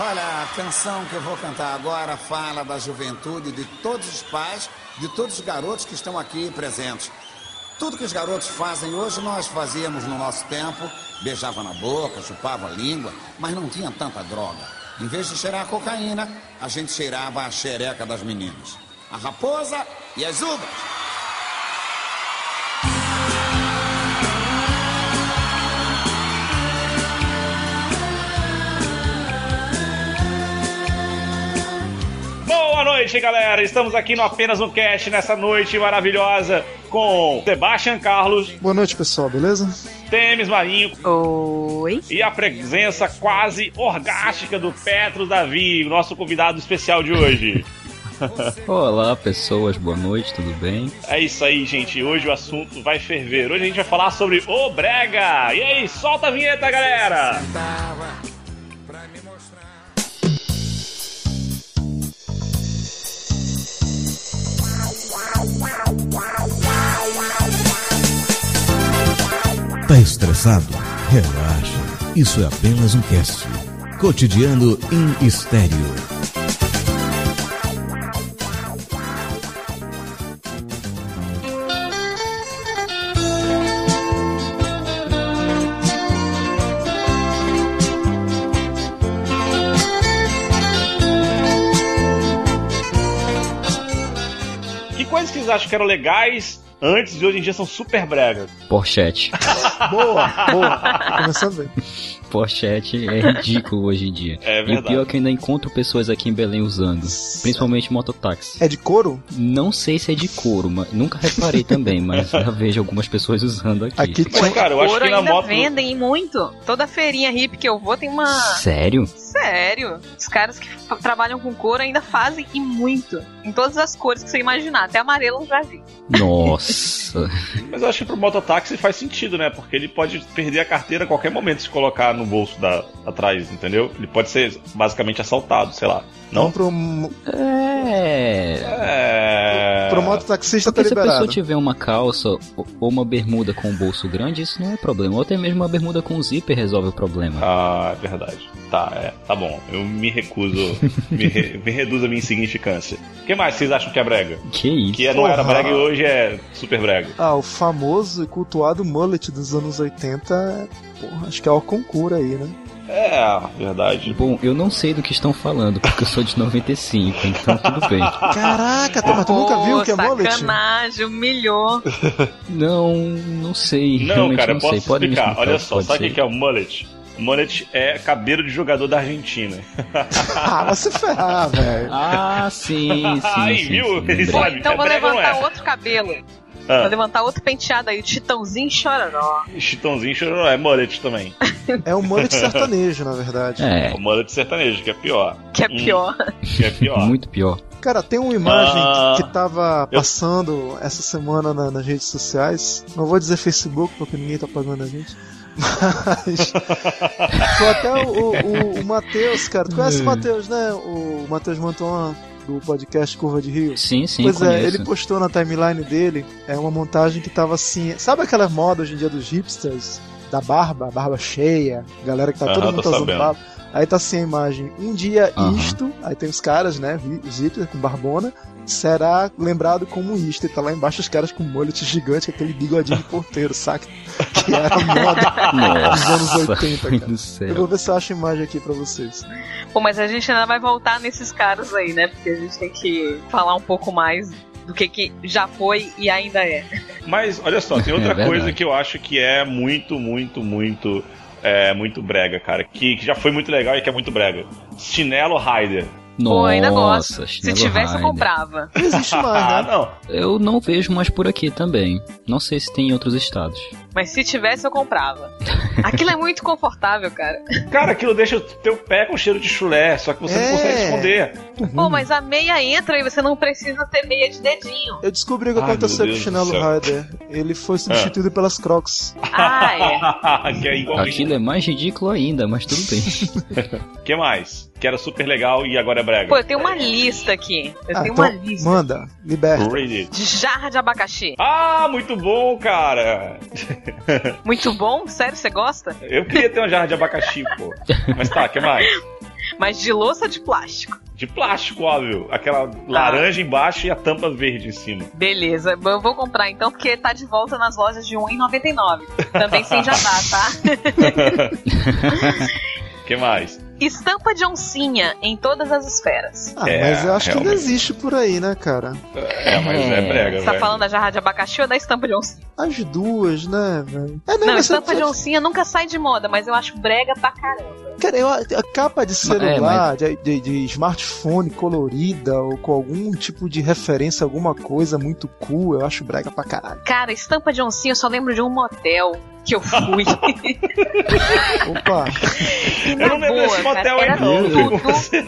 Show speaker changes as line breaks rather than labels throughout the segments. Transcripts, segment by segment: Olha, a canção que eu vou cantar agora fala da juventude de todos os pais, de todos os garotos que estão aqui presentes. Tudo que os garotos fazem hoje nós fazíamos no nosso tempo, beijava na boca, chupava a língua, mas não tinha tanta droga. Em vez de cheirar a cocaína, a gente cheirava a xereca das meninas. A raposa e as uvas.
Boa noite, galera! Estamos aqui no Apenas um Cast nessa noite maravilhosa com Sebastian Carlos,
Boa noite, pessoal, beleza?
Temes Marinho
Oi.
e a presença quase orgástica do Petro Davi, o nosso convidado especial de hoje.
Olá pessoas, boa noite, tudo bem?
É isso aí, gente. Hoje o assunto vai ferver. Hoje a gente vai falar sobre o Brega. E aí, solta a vinheta, galera!
Tá estressado? Relaxa. Isso é apenas um cast. Cotidiano em estéreo.
Que coisas que vocês acham que eram legais antes e hoje em dia são super brega?
Porchete.
Boa, boa. Começando bem.
Porchete é ridículo hoje em dia.
É
e o pior é
verdade.
que eu ainda encontro pessoas aqui em Belém usando. Principalmente mototáxi.
É de couro?
Não sei se é de couro, mas nunca reparei também, mas já vejo algumas pessoas usando aqui.
Aqui
Mas, cara, eu acho
Ouro
que na
ainda
moto.
vendem muito. Toda feirinha hippie que eu vou tem uma.
Sério?
Sério. Os caras que f- trabalham com couro ainda fazem e muito. Em todas as cores que você imaginar. Até amarelo eu já vi.
Nossa.
Mas eu acho que pro mototáxi faz sentido, né? Porque ele pode perder a carteira a qualquer momento se colocar no bolso da atrás, entendeu? Ele pode ser basicamente assaltado, sei lá. Não?
Não, um pro,
É.
É.
pro mototaxista tá
Porque se a pessoa
liberado.
tiver uma calça ou- ou uma bermuda com um bolso grande, isso não é problema. Ou até mesmo uma bermuda com um zíper resolve o problema.
Ah, é verdade. Tá, é. Tá bom. Eu me recuso. me, re- me reduzo a minha insignificância. O que mais vocês acham que é brega?
Que isso?
Que é- não era
Porra.
brega e hoje é super brega.
Ah, o famoso e cultuado mullet dos anos 80, é- porra, acho que é o concura aí, né?
É, verdade.
Bom, eu não sei do que estão falando, porque eu sou de 95, então tudo bem.
Caraca, tu, mas tu nunca viu o que é mullet?
Sacanagem, humilhou.
Não, não sei.
Não,
realmente
cara, eu
não
posso
sei. Pode me
explicar.
explicar,
Olha só,
pode
sabe o
ser.
que que é o mullet? Mullet é cabelo de jogador da Argentina.
Ah, vai se ferrar, velho.
Ah, sim, sim.
Aí,
sim,
um- viu?
sim, lembrei.
Isso
Ou
Sabe,
então
é
vou
brega ou não
levantar
é?
outro cabelo.
Ah.
Vou levantar outro penteado aí. Titãozinho chororó.
Chitãozinho chororó, é mullet também.
É um mullet sertanejo, na verdade.
É
É,
o mullet sertanejo, que é pior.
Que é
Hum.
pior.
Que é pior.
muito pior.
Cara, tem uma imagem
Ah.
que tava
Eu-
passando essa semana na- nas redes sociais. Não vou dizer Facebook, porque ninguém tá pagando a gente. Mas. Foi até o, o, o- o Matheus, cara. Tu conhece o Matheus, né? O Matheus Mantuan, do podcast Curva de Rio.
Sim, sim,
pois é,
conheço.
ele postou na timeline dele é uma montagem que tava assim. Sabe aquela moda hoje em dia dos hipsters? Da barba, barba cheia, galera que tá
Aham,
todo mundo
tô
tá usando
sabendo.
barba. Aí tá assim a imagem. Um dia
Aham.
isto, aí tem os caras, né? vi- Os hipsters com barbona, será lembrado como isto. E tá lá embaixo os caras com um mullet gigante, aquele bigodinho de porteiro, saca? Que era a moda dos tá anos
Nossa,
80,
mãe
cara.
do
Eu
céu.
vou ver se eu acho a imagem aqui pra vocês.
Pô, mas a gente ainda vai voltar nesses caras aí, né? Porque a gente tem que falar um pouco mais do que, que já foi e ainda é.
Mas olha só, tem
É
outra
verdade.
coisa que eu acho que é muito, muito, muito. É muito brega, cara. Que, que já foi muito legal e que é muito brega. Chinelo Rider.
Nossa,
Pô, ainda gosto. Se
chinelo
tivesse, eu
Rider.
comprava.
Não existe
Ah,
mais, né?
não.
Eu não vejo mais por aqui também. Não sei se tem em outros estados.
Mas se tivesse, eu comprava. Aquilo é muito confortável, cara.
Cara, aquilo deixa o teu pé com cheiro de chulé, só que você
É.
não consegue esconder.
Pô, mas a meia entra e você não precisa ter meia de dedinho.
Eu descobri o que
Ai,
aconteceu
meu
com
Deus
o Chinelo
do céu. É.
Rider. Ele foi substituído pelas Crocs.
Ah, é.
que é igual.
Aquilo é mais ridículo ainda, mas tudo bem.
que mais? Que era super legal e agora é brega.
Pô, eu tenho uma lista aqui. Eu
Ah,
tenho
então
uma lista
Manda, liberta.
Rated.
de jarra de abacaxi.
Ah, muito bom, cara.
Muito bom? Sério, você gosta?
um Eu queria ter uma jarra de abacaxi, pô. Mas tá, que mais?
Mas de louça de plástico.
De plástico, óbvio. Aquela laranja embaixo e a tampa verde em cima.
Beleza, eu vou comprar então, porque tá de volta nas lojas de 1,99. Também sem jabá, tá?
que mais?
Estampa de oncinha em todas as esferas.
Ah,
É,
mas eu acho que
realmente.
ainda existe por aí, né, cara?
É, mas é brega,
Você tá
velho.
falando da jarra de abacaxi ou da estampa de oncinha?
As duas, né, velho? É,
Não,
mas
estampa
você-
de oncinha nunca sai de moda, mas eu acho brega pra caramba.
Cara, eu, a capa
É,
de celular, de, de- de smartphone colorida ou com algum tipo de referência, alguma coisa muito cool, eu acho brega pra caralho.
Cara, estampa de oncinha, eu só lembro de um motel que eu fui.
Opa,
E na
Eu não lembro
boa,
desse motel
cara,
aí,
era
não. Eu fico
tudo-
com você.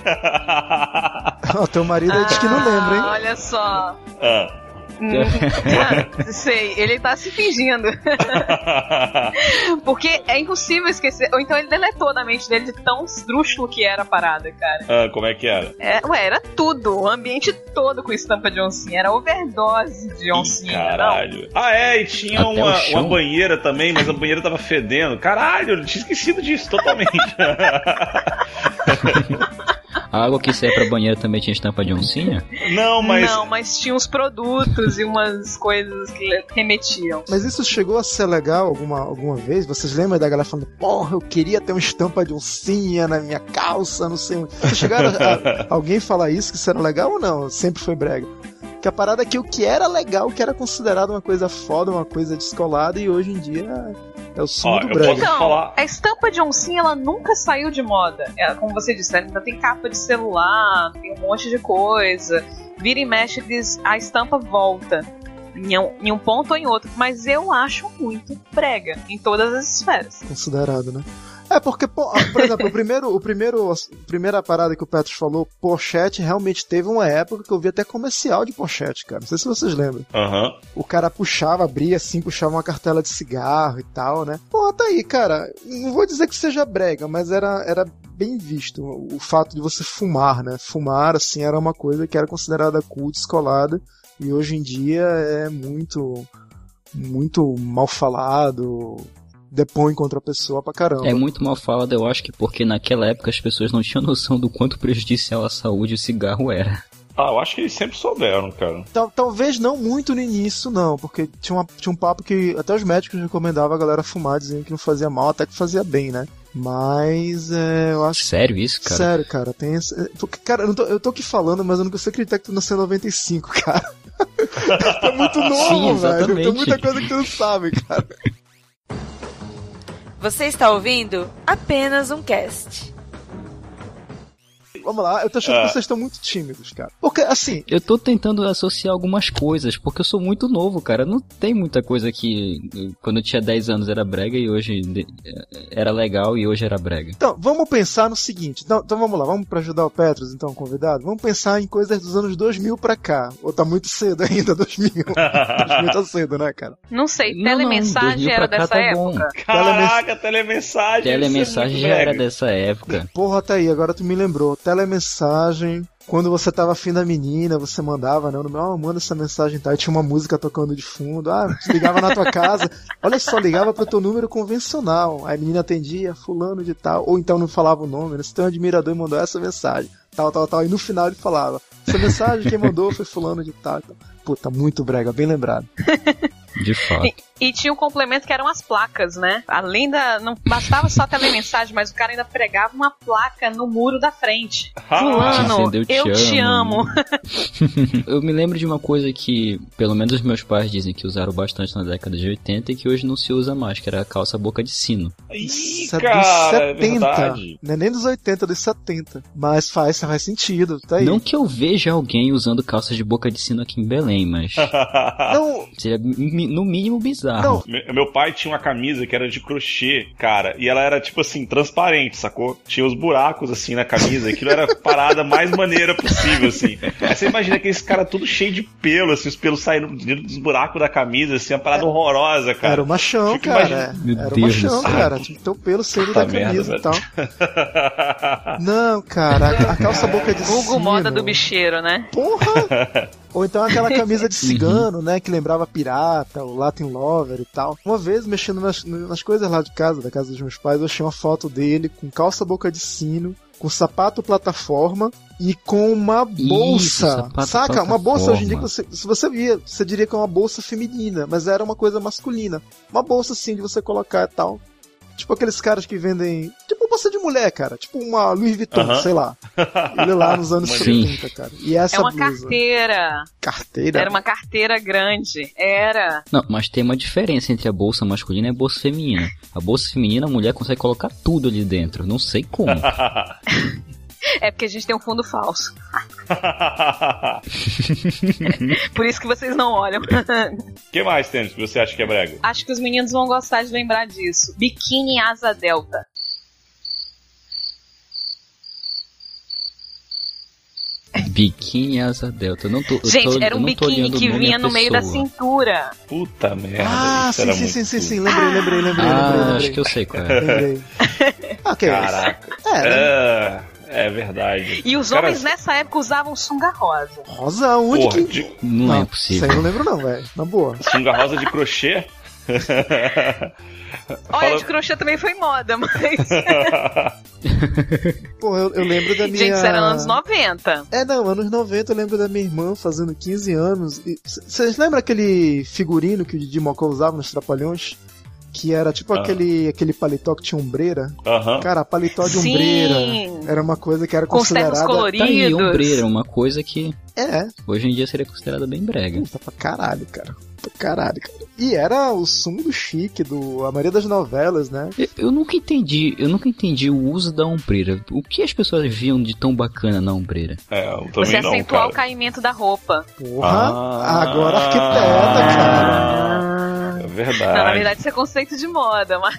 ó, teu marido aí diz que não
Ah,
lembra, hein?
Olha só.
Ah.
Hum, ah, sei, ele tá se fingindo. Porque é impossível esquecer. Ou então ele deletou na mente dele de tão esdrúxulo que era a parada, cara.
Ah, como é que era?
É, ué, era tudo. O ambiente todo com estampa de oncinha. Era overdose de oncinha, não.
Caralho. Ah, é, e tinha
Até
uma,
o chão.
uma banheira também, mas a banheira tava fedendo. Caralho, eu tinha esquecido disso totalmente.
A água que sai pra banheiro também tinha estampa de oncinha?
não, mas.
Não, mas tinha uns produtos e umas coisas que remetiam.
Mas isso chegou a ser legal alguma, alguma vez? Vocês lembram da galera falando, porra, eu queria ter uma estampa de oncinha na minha calça, não sei. onde." Vocês chegaram a, a- alguém falar isso, que isso era legal ou não? Sempre foi brega. Que a parada é que o que era legal, que era considerado uma coisa foda, uma coisa descolada, e hoje em dia é o sumo
Ó,
do
eu
brega.
posso- falar.
Então, a estampa de oncinha, ela nunca saiu de moda. É, como você disse, ainda tem capa de celular, tem um monte de coisa. Vira e mexe, diz, a estampa volta. Em um, em um ponto ou em outro. Mas eu acho muito brega, em todas as esferas.
considerado, né? É porque, pô, por exemplo, o primeiro, o primeiro, a primeira parada que o Petros falou, pochete, realmente teve uma época que eu vi até comercial de pochete, cara. Não sei se vocês lembram.
Aham.
O cara puxava, abria assim, puxava uma cartela de cigarro e tal, né? Pô, tá aí, cara. Não vou dizer que seja brega, mas era, era bem visto o fato de você fumar, né? Fumar, assim, era uma coisa que era considerada cool, descolada, e hoje em dia é muito, muito mal falado, depõe contra a pessoa pra caramba.
É muito mal falado, eu acho que porque naquela época as pessoas não tinham noção do quanto prejudicial à saúde o cigarro era.
Ah, eu acho que eles sempre souberam, cara.
Tal- talvez não muito no início, não, porque tinha, uma- tinha um papo que até os médicos recomendavam a galera fumar, dizendo que não fazia mal, até que fazia bem, né? Mas é, eu acho.
Sério isso, cara?
Sério, cara, tem esse. é, porque, Cara, eu, não tô, eu tô aqui falando, mas eu não consigo acreditar que tu nasceu em 95, cara. tu é muito
Sim,
novo, velho. Tem
exatamente.
muita coisa que tu não sabe, cara.
Você está ouvindo apenas um cast.
Vamos lá, eu tô achando
Ah.
que vocês estão muito tímidos, cara. Porque, assim,
Eu tô tentando associar algumas coisas, porque eu sou muito novo, cara. Não tem muita coisa que eh, quando eu tinha 10 anos era brega e hoje de- eh, era legal e hoje era brega.
Então, vamos pensar no seguinte. Então, então vamos lá, vamos para ajudar o Petros, então, convidado. Vamos pensar em coisas dos anos 2000 pra cá. Ou tá muito cedo ainda, 2000. 2000 tá cedo, né, cara?
Não sei,
Não, não,
telemensagem
2000
era
pra cá
dessa
tá
época.
Bom.
Caraca, telemensagem.
Telemensagem
isso
já
é muito
era
brega.
dessa época.
Porra, tá aí, agora tu me lembrou. Telemensagem. Quando você tava afim da menina, você mandava, né? Ah, manda essa mensagem, tá? E tinha uma música tocando de fundo. Ah, tu ligava na tua casa. Olha só, ligava pro teu número convencional. Aí a menina atendia, fulano de tal. Ou então não falava o nome, né? Se teu admirador mandou essa mensagem, tal, tal, tal. E no final ele falava, essa mensagem quem mandou foi fulano de tal. Então, Puta, muito brega, bem lembrado.
De fato.
E tinha um complemento que eram as placas, né? Além da. Não bastava só a telemensagem, mas o cara ainda pregava uma placa no muro da frente.
Ah,
Fulano,
entendeu?
eu te amo.
Eu me lembro de uma coisa que, pelo menos os meus pais dizem que usaram bastante na década de 80 e que hoje não se usa mais, que era a calça boca de sino.
Ih,
Isso é
cara, é
dos 70.
verdade.
não é nem dos 80, dos 70. Mas faz, faz sentido, tá aí.
Não que eu veja alguém usando calça de boca de sino aqui em Belém, mas
Ah.
não
seria mi- no mínimo bizarro.
Não,
Me- Meu pai tinha uma camisa que era de crochê, cara, e ela era tipo assim, transparente, sacou? Tinha os buracos assim na camisa, aquilo era a parada mais maneira possível, assim. Aí você imagina aqueles cara tudo cheio de pelo, assim, os pelos saindo dentro dos buracos da camisa, assim, uma parada horrorosa,
É. Era um-
cara.
o machão,
Fico
cara.
Meu
Era o
Deus do
machão,
céu.
cara. Tinha que ter o pelo saindo da
Puta merda,
camisa e
velho.
tal. Não, cara, a- a calça boca é de
Vulgo
sino.
moda do bicheiro, né?
Porra! Ou então aquela camisa de
Uhum.
cigano, né? Que lembrava pirata, o Latin Lover e tal. Uma vez, mexendo nas, nas coisas lá de casa, da casa dos meus pais, eu achei uma foto dele com calça boca de sino, com sapato plataforma e com uma
Isso,
bolsa.
sapato
Saca? Uma
plataforma.
bolsa hoje em dia, que você- se você via, você diria que é uma bolsa feminina, mas era uma coisa masculina. Uma bolsa assim de você colocar e tal. Tipo aqueles caras que vendem. Tipo bolsa de mulher, cara. Tipo uma Louis Vuitton,
Aham.
sei lá. Ele lá nos anos
Sim.
70, cara. E essa
É uma
blusa.
carteira.
Carteira.
Era uma carteira grande. Era.
Não, mas tem uma diferença entre a bolsa masculina e a bolsa feminina. A bolsa feminina, a mulher consegue colocar tudo ali dentro. Não sei como.
Ah.
É porque a gente tem um fundo falso. Por isso que vocês não olham.
O que mais, Tênis, que você acha que é brega?
Acho que os meninos vão gostar de lembrar disso. Biquíni asa delta.
biquíni asa delta. Eu não tô, eu
Gente,
tô-
era
eu
um
não tô
biquíni
olhando o
que
nome
vinha
à
no meio da
pessoa.
cintura.
Puta merda.
Ah,
isso
sim,
era
sim,
muito
sim, sim,
tudo.
sim. Lembrei, lembrei, lembrei, lembrei,
Ah,
lembrei.
acho que eu sei qual é.
Lembrei. ok.
Caraca.
É, né?
É, é verdade.
E os
Cara,
homens nessa época usavam sunga rosa.
Rosa, onde
Porra,
que.
de-
Não, é
Isso aí eu
possível.
não lembro, não, velho. Na boa.
sunga rosa de crochê?
Olha,
Fala-
tipo,
de crochê também foi moda, mas.
Pô, eu, eu lembro da minha.
Gente, isso era anos 90.
É, não, anos 90 eu lembro da minha irmã fazendo 15 anos. Vocês lembram aquele figurino que o Didi Mocó usava nos Trapalhões? Que era tipo
Ah.
aquele, aquele paletó que tinha ombreira.
Aham.
Cara, paletó de ombreira.
Sim.
Era uma coisa que era
Com os ternos
considerada.
Tá aí,
coloridos.
ombreira, uma coisa que
É,
hoje em dia seria considerada bem brega.
Puta, pra caralho, cara. Pra caralho, cara. E era o sumo do chique, do, a maioria das novelas, né?
Eu, eu nunca entendi, eu nunca entendi o uso da ombreira. O que as pessoas viam de tão bacana na ombreira?
É, eu também
Você
não,
acentuar
cara.
o caimento da roupa.
Porra,
Ah.
agora arquiteta, cara.
É
Não,
verdade.
na verdade, isso é conceito de moda, mas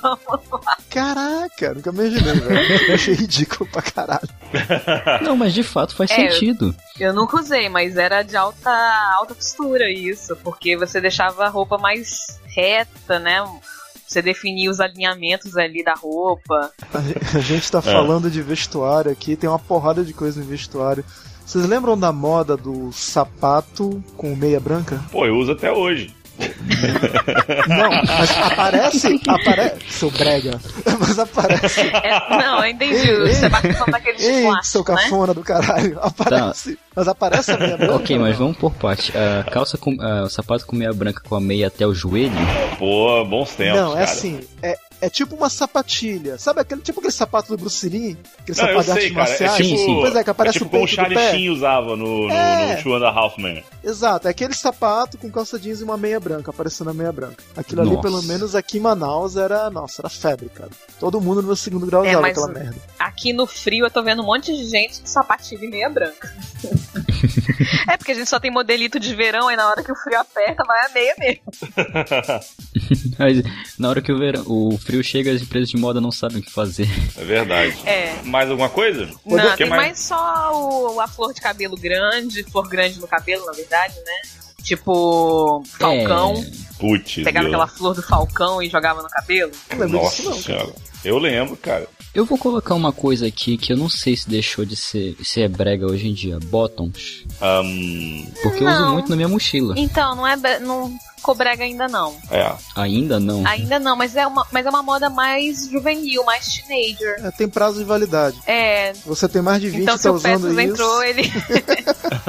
vamos.
Caraca, nunca imaginei, velho. Eu achei ridículo pra caralho.
Não, mas de fato faz
É, eu-
sentido.
Eu nunca usei, mas era de alta, alta costura isso, porque você deixava a roupa mais reta, né? Você definia os alinhamentos ali da roupa.
A gente
É.
tá falando de vestuário aqui, tem uma porrada de coisa no vestuário. Vocês lembram da moda do sapato com meia branca?
Pô, eu uso até hoje.
Não, mas aparece. aparece seu brega. Mas aparece.
É, não, eu entendi. Você tá falando daqueles de
Ei, seu
plástico, né?
cafona do caralho. Aparece. Mas aparece a meia branca.
Tá. Ok,
ou
mas
não?
vamos por parte. A calça com ah, o sapato com meia branca com a meia até o joelho.
Pô, bons tempos.
Não,
cara.
é assim, é, é tipo uma sapatilha. Sabe aquele tipo aquele sapato do Bruce Lee? Aquele
Não,
sapato
eu
de artes
sei, cara. É
marciais?
tipo,
Sim, sim.
Pois é, que
é
aparece
tipo
o
como o
peito do pé.
Charlie Sheen usava no, no,
É.
no Two and a Half Men.
Exato, é aquele sapato com calça jeans e uma meia branca, aparecendo a meia branca. Aquilo ali,
Nossa.
pelo menos aqui em Manaus, era. Nossa, era febre, cara. Todo mundo no meu segundo grau
É,
usava
mas-
aquela merda.
Aqui no frio eu tô vendo um monte de gente com sapatilha e meia branca. é porque a gente só tem modelito de verão e na hora que o frio aperta, vai a meia mesmo.
É
Mas na hora que o, verão- o frio chega, as empresas de moda não sabem o que fazer.
É verdade.
É.
Mais alguma coisa?
Não,
Que
tem
mais?
mais só o, a flor de cabelo grande, flor grande no cabelo, na verdade, né? Tipo, falcão.
É,
Putz.
Pegava
Deus.
aquela flor do falcão e jogava no cabelo.
Não lembro
Nossa
disso, não. cara.
senhora. Eu lembro, cara.
eu vou colocar uma coisa aqui que eu não sei se deixou de ser, se é brega hoje em dia. Bottoms.
Ahn,
Porque eu uso
Não.
muito na minha mochila.
Então, não é bre- não ficou brega ainda não.
é.
Ainda não.
Ainda não, mas é uma, mas é uma moda mais juvenil, mais teenager.
É, tem prazo de validade.
É,
Você tem mais de 20
então
e
se
tá
o
usando
Petrus
isso.
entrou, ele tipo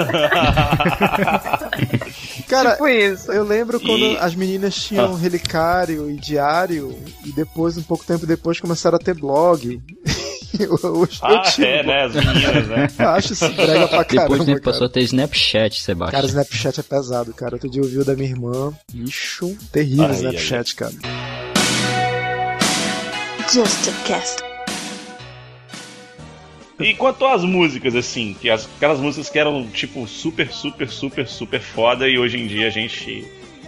Cara,
tipo isso.
Eu lembro quando
E- Ah.
as meninas tinham relicário e diário, e depois, um pouco tempo depois, começaram a ter blog. eu, eu, um eu
Ah,
tiro-
é, né? As meninas, né?
eu acho isso brega
Ah,
pra
Depois
caramba,
tempo
cara.
passou a ter Snapchat, Sebastião.
Cara, Snapchat é pesado, cara. Outro dia eu vi o da minha irmã. Bicho, terrível
Ai,
Snapchat, cara.
Justicast.
E quanto às músicas, assim, que as- aquelas músicas que eram, tipo, super, super, super, super foda e hoje em dia a gente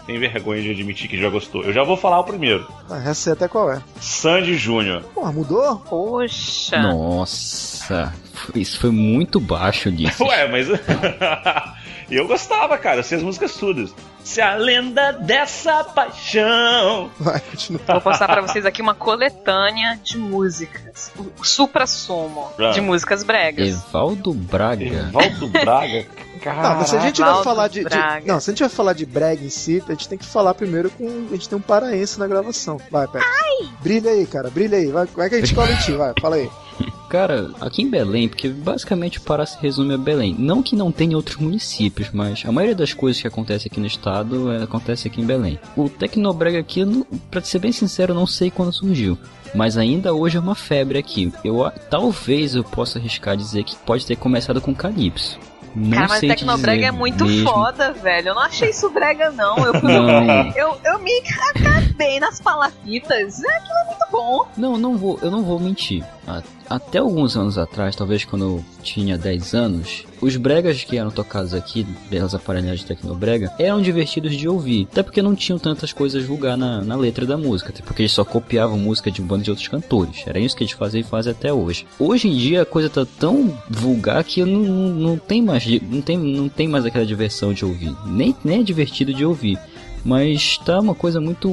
tem vergonha de admitir que já gostou. Eu já vou falar o primeiro.
Ah, essa sei até qual é.
Sandy Júnior.
Porra, mudou?
Poxa.
Nossa, isso foi muito baixo disso.
Ué, mas. Eu gostava, cara, assim, as músicas todas. Se a lenda dessa paixão.
Vai, continua.
Vou postar pra vocês aqui uma coletânea de músicas. O supra-sumo
Ah.
de músicas bregas.
Evaldo Braga.
Evaldo Braga.
Não, mas se a gente vai
Caraca.
falar de, de-
Ah, Braga.
Não, se a gente vai falar de brega em si, a gente tem que falar primeiro com. A gente tem um paraense na gravação. Vai, Pepe. Brilha aí, cara, brilha aí. Vai, como é que a gente cola em ti? Vai, fala aí.
Cara, aqui em Belém, porque basicamente o Pará se resume a Belém. Não que não tenha outros municípios, mas a maioria das coisas que acontece aqui no estado é, acontece aqui em Belém. O Tecnobrega aqui, eu não- pra ser bem sincero, eu não sei quando surgiu. Mas ainda hoje é uma febre aqui. Eu a- talvez eu possa arriscar dizer que pode ter começado com Calypso. Não
Cara, mas
sei te
Tecnobrega
dizer
é muito
mesmo.
foda, velho. Eu não achei isso brega, não. Eu fui.
Não,
Eu, eu me acabei nas palafitas. É, Aquilo é muito bom.
Não, não vou, eu não vou mentir. A- Até alguns anos atrás, talvez quando eu tinha 10 anos, os bregas que eram tocados aqui, pelas aparelhagens de Tecnobrega, eram divertidos de ouvir. Até porque não tinham tantas coisas vulgar na, na letra da música, até porque eles só copiavam música de banda de outros cantores. Era isso que eles faziam e fazem até hoje. Hoje em dia a coisa tá tão vulgar que eu não, não, não tem mais, di- não tem, não tem mais aquela diversão de ouvir. Nem, nem é divertido de ouvir. Mas tá uma coisa muito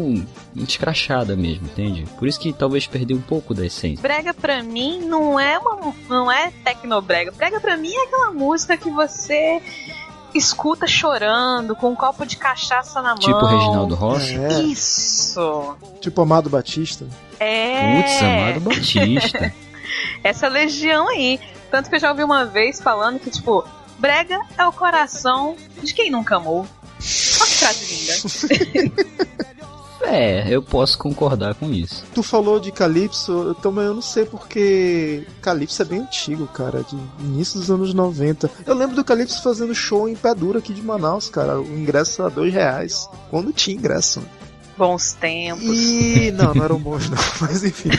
escrachada mesmo, entende? Por isso que talvez perdeu um pouco da essência.
Brega pra mim não é uma. não é tecnobrega. Brega pra mim é aquela música que você escuta chorando, com um copo de cachaça na mão.
Tipo o Reginaldo Rossi.
É,
Isso!
tipo Amado Batista.
É.
Putz, amado Batista.
essa legião aí. Tanto que eu já ouvi uma vez falando que, tipo, brega é o coração de quem nunca amou. Só que frase linda.
é, eu posso concordar com isso.
Tu falou de Calypso, eu também eu não sei porque Calypso é bem antigo, cara, de início dos anos 90. Eu lembro do Calypso fazendo show em Pé Duro aqui de Manaus, cara, o ingresso a dois reais, quando tinha ingresso. né?
Bons tempos.
E não, não eram bons não, mas enfim.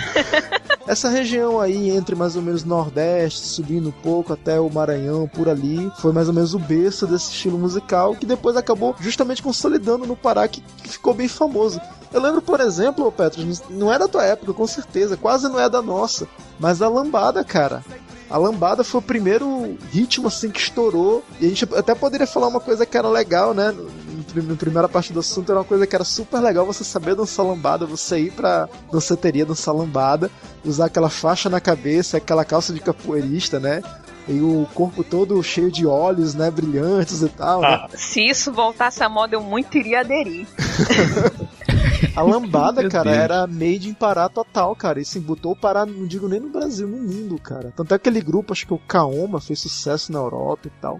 Essa região aí, entre mais ou menos Nordeste, subindo um pouco até o Maranhão, por ali, foi mais ou menos o berço desse estilo musical, que depois acabou justamente consolidando no Pará, que, que ficou bem famoso. Eu lembro, por exemplo, ô Petros, não é da tua época, com certeza, quase não é da nossa, mas a lambada, cara. A lambada foi o primeiro ritmo assim que estourou. E a gente até poderia falar uma coisa que era legal, né? No prim- Na primeira parte do assunto era uma coisa que era super legal você saber dançar lambada, você ir pra danceteria dançar lambada, usar aquela faixa na cabeça, aquela calça de capoeirista, né? E o corpo todo cheio de olhos, né? Brilhantes e tal. né?
Se isso voltasse à moda, eu muito iria aderir.
A lambada,
Meu
cara,
Deus.
era made em Pará total, cara. E se botou o Pará, não digo nem no Brasil, no mundo, cara. Tanto é aquele grupo, acho que o Kaoma fez sucesso na Europa e tal.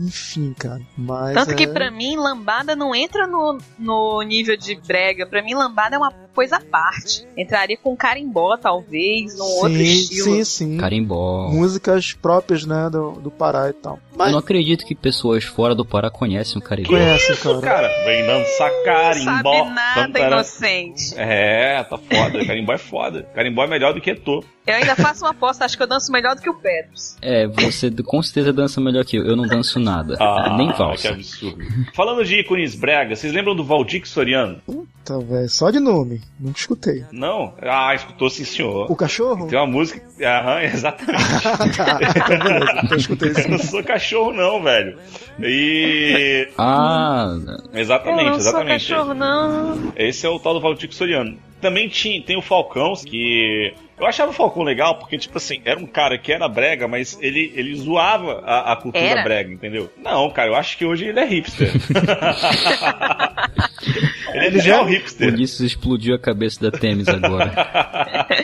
Enfim, cara. Mas.
Tanto que
é-
pra mim, lambada não entra no, no nível de brega. Pra mim, lambada é uma coisa à parte. Entraria com carimbó, talvez, num é um outro estilo.
Sim, sim.
Carimbó.
Músicas próprias, né, do, do Pará e tal.
Eu
Mas
não acredito que pessoas fora do Pará conhecem o Carimbó.
conhece,
Isso, cara. Vem dançar
Não
carimbó.
sabe nada,
tantara-
inocente.
É, tá foda. Carimbó é foda. Carimbó é melhor do que tu.
Eu ainda faço uma aposta, acho que eu danço melhor do que o Pedros.
É, você d- com certeza dança melhor que eu. Eu não danço nada.
Ah,
nem
Que
valsa.
absurdo. Falando de ícones brega, vocês lembram do Valdir Soriano?
Puta, velho. Só de nome. Nunca escutei. Então-
Não? Ah, escutou sim, senhor.
O cachorro?
Tem uma música. Aham, exatamente.
Ah, tá. Então, beleza. Então, escutei
Eu
isso.
não sou cachorro, não, velho. E.
Ah,
Exatamente,
eu não
exatamente.
sou cachorro, não.
Esse é o tal do Valdir Soriano. Também tinha, tem o Falcão, que. Eu achava o Falcão legal porque, tipo assim, era um cara que era brega, mas ele, ele zoava a, a cultura
Era?
brega, entendeu? Não, cara, eu acho que hoje ele é hipster. ele já é um hipster.
Ulisses explodiu a cabeça da Temis agora.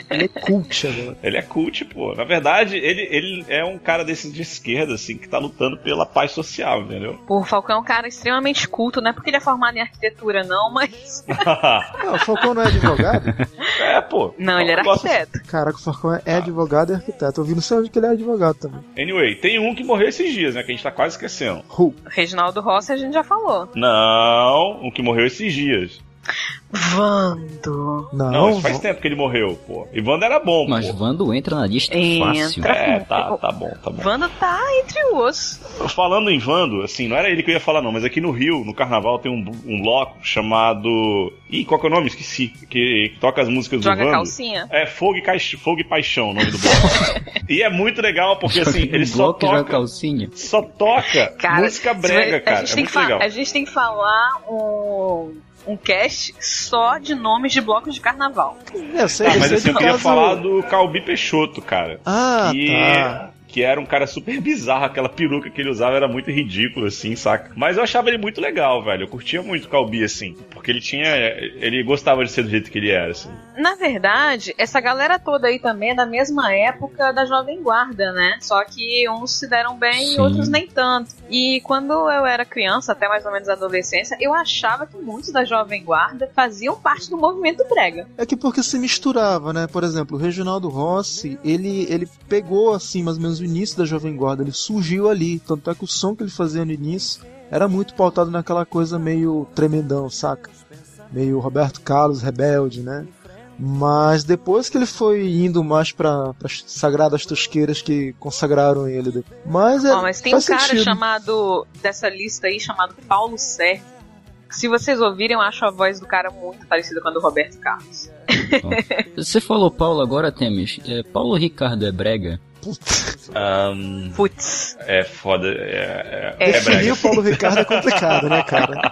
Ele é cult agora.
Ele é cult, pô. Na verdade, ele, ele é um cara desses de esquerda, assim, que tá lutando pela paz social, entendeu?
Pô, o Falcão é um cara extremamente culto, não é porque ele é formado em arquitetura, não, mas.
Ah, o Falcão não é advogado?
é, assim. pô.
Não, ele
Eu
era
gosto-
arquiteto.
Caraca, o Falcão é advogado e arquiteto. Eu vi no céu onde que ele é advogado também.
Anyway, tem um que morreu esses dias, né? Que a gente tá quase esquecendo.
Hulk.
O Reginaldo Rossi a gente já falou.
Não, um que morreu esses dias.
Vando.
Não,
Não, isso faz
vó-
tempo que ele morreu, pô. E Wanda era bom,
Mas
pô.
Vando entra na lista
Entra.
fácil.
É, tá, tá bom, tá bom.
Vando tá entre os.
Falando em Vando, assim, não era ele que eu ia falar, não, mas aqui no Rio, no carnaval, tem um, um bloco chamado. Ih, qual que é o nome? Esqueci. Que, que toca as músicas do
Joga
Vando.
calcinha.
É Fogo e, Caix- Fogo e Paixão, o nome do bloco. e é muito legal, porque assim, ele só
bloco joga
toca.
calcinha.
Só toca
Cara,
música brega,
a
cara.
Gente
É
tem que
muito
fa-
legal.
A gente tem que falar um, um cast só de nomes de blocos de carnaval.
Eu sei,
Tá,
eu
mas
sei
assim, eu
É, do
queria
caso-
falar do Calbi Peixoto, cara.
Ah,
que,
tá.
que era um cara super bizarro, aquela peruca que ele usava era muito ridículo, assim, saca? Mas eu achava ele muito legal, velho. Eu curtia muito o Calbi, assim, porque ele tinha. Ele gostava de ser do jeito que ele era, assim.
Na verdade, essa galera toda aí também é da mesma época da Jovem Guarda, né? Só que uns se deram bem e
Sim.
outros nem tanto. E quando eu era criança, até mais ou menos adolescência, eu achava que muitos da Jovem Guarda faziam parte do movimento brega.
É que porque se misturava, né? Por exemplo, o Reginaldo Rossi, ele, ele pegou, assim, mais ou menos o início da Jovem Guarda, ele surgiu ali. Tanto é que o som que ele fazia no início era muito pautado naquela coisa meio tremendão, saca? Meio Roberto Carlos, rebelde, né? Mas depois que ele foi indo mais pra, pras sagradas tosqueiras que consagraram ele. de- Mas é.
Ó, mas tem um
faz
cara
sentido.
chamado, dessa lista aí, chamado Paulo Sé. Se vocês ouvirem, eu acho a voz do cara muito parecida com a do Roberto Carlos.
Você falou Paulo agora, Temis. É, Paulo Ricardo é brega?
Ahn,
Putz,
é foda. É, é, é
Definir
brega.
o Paulo Ricardo é complicado, né, cara?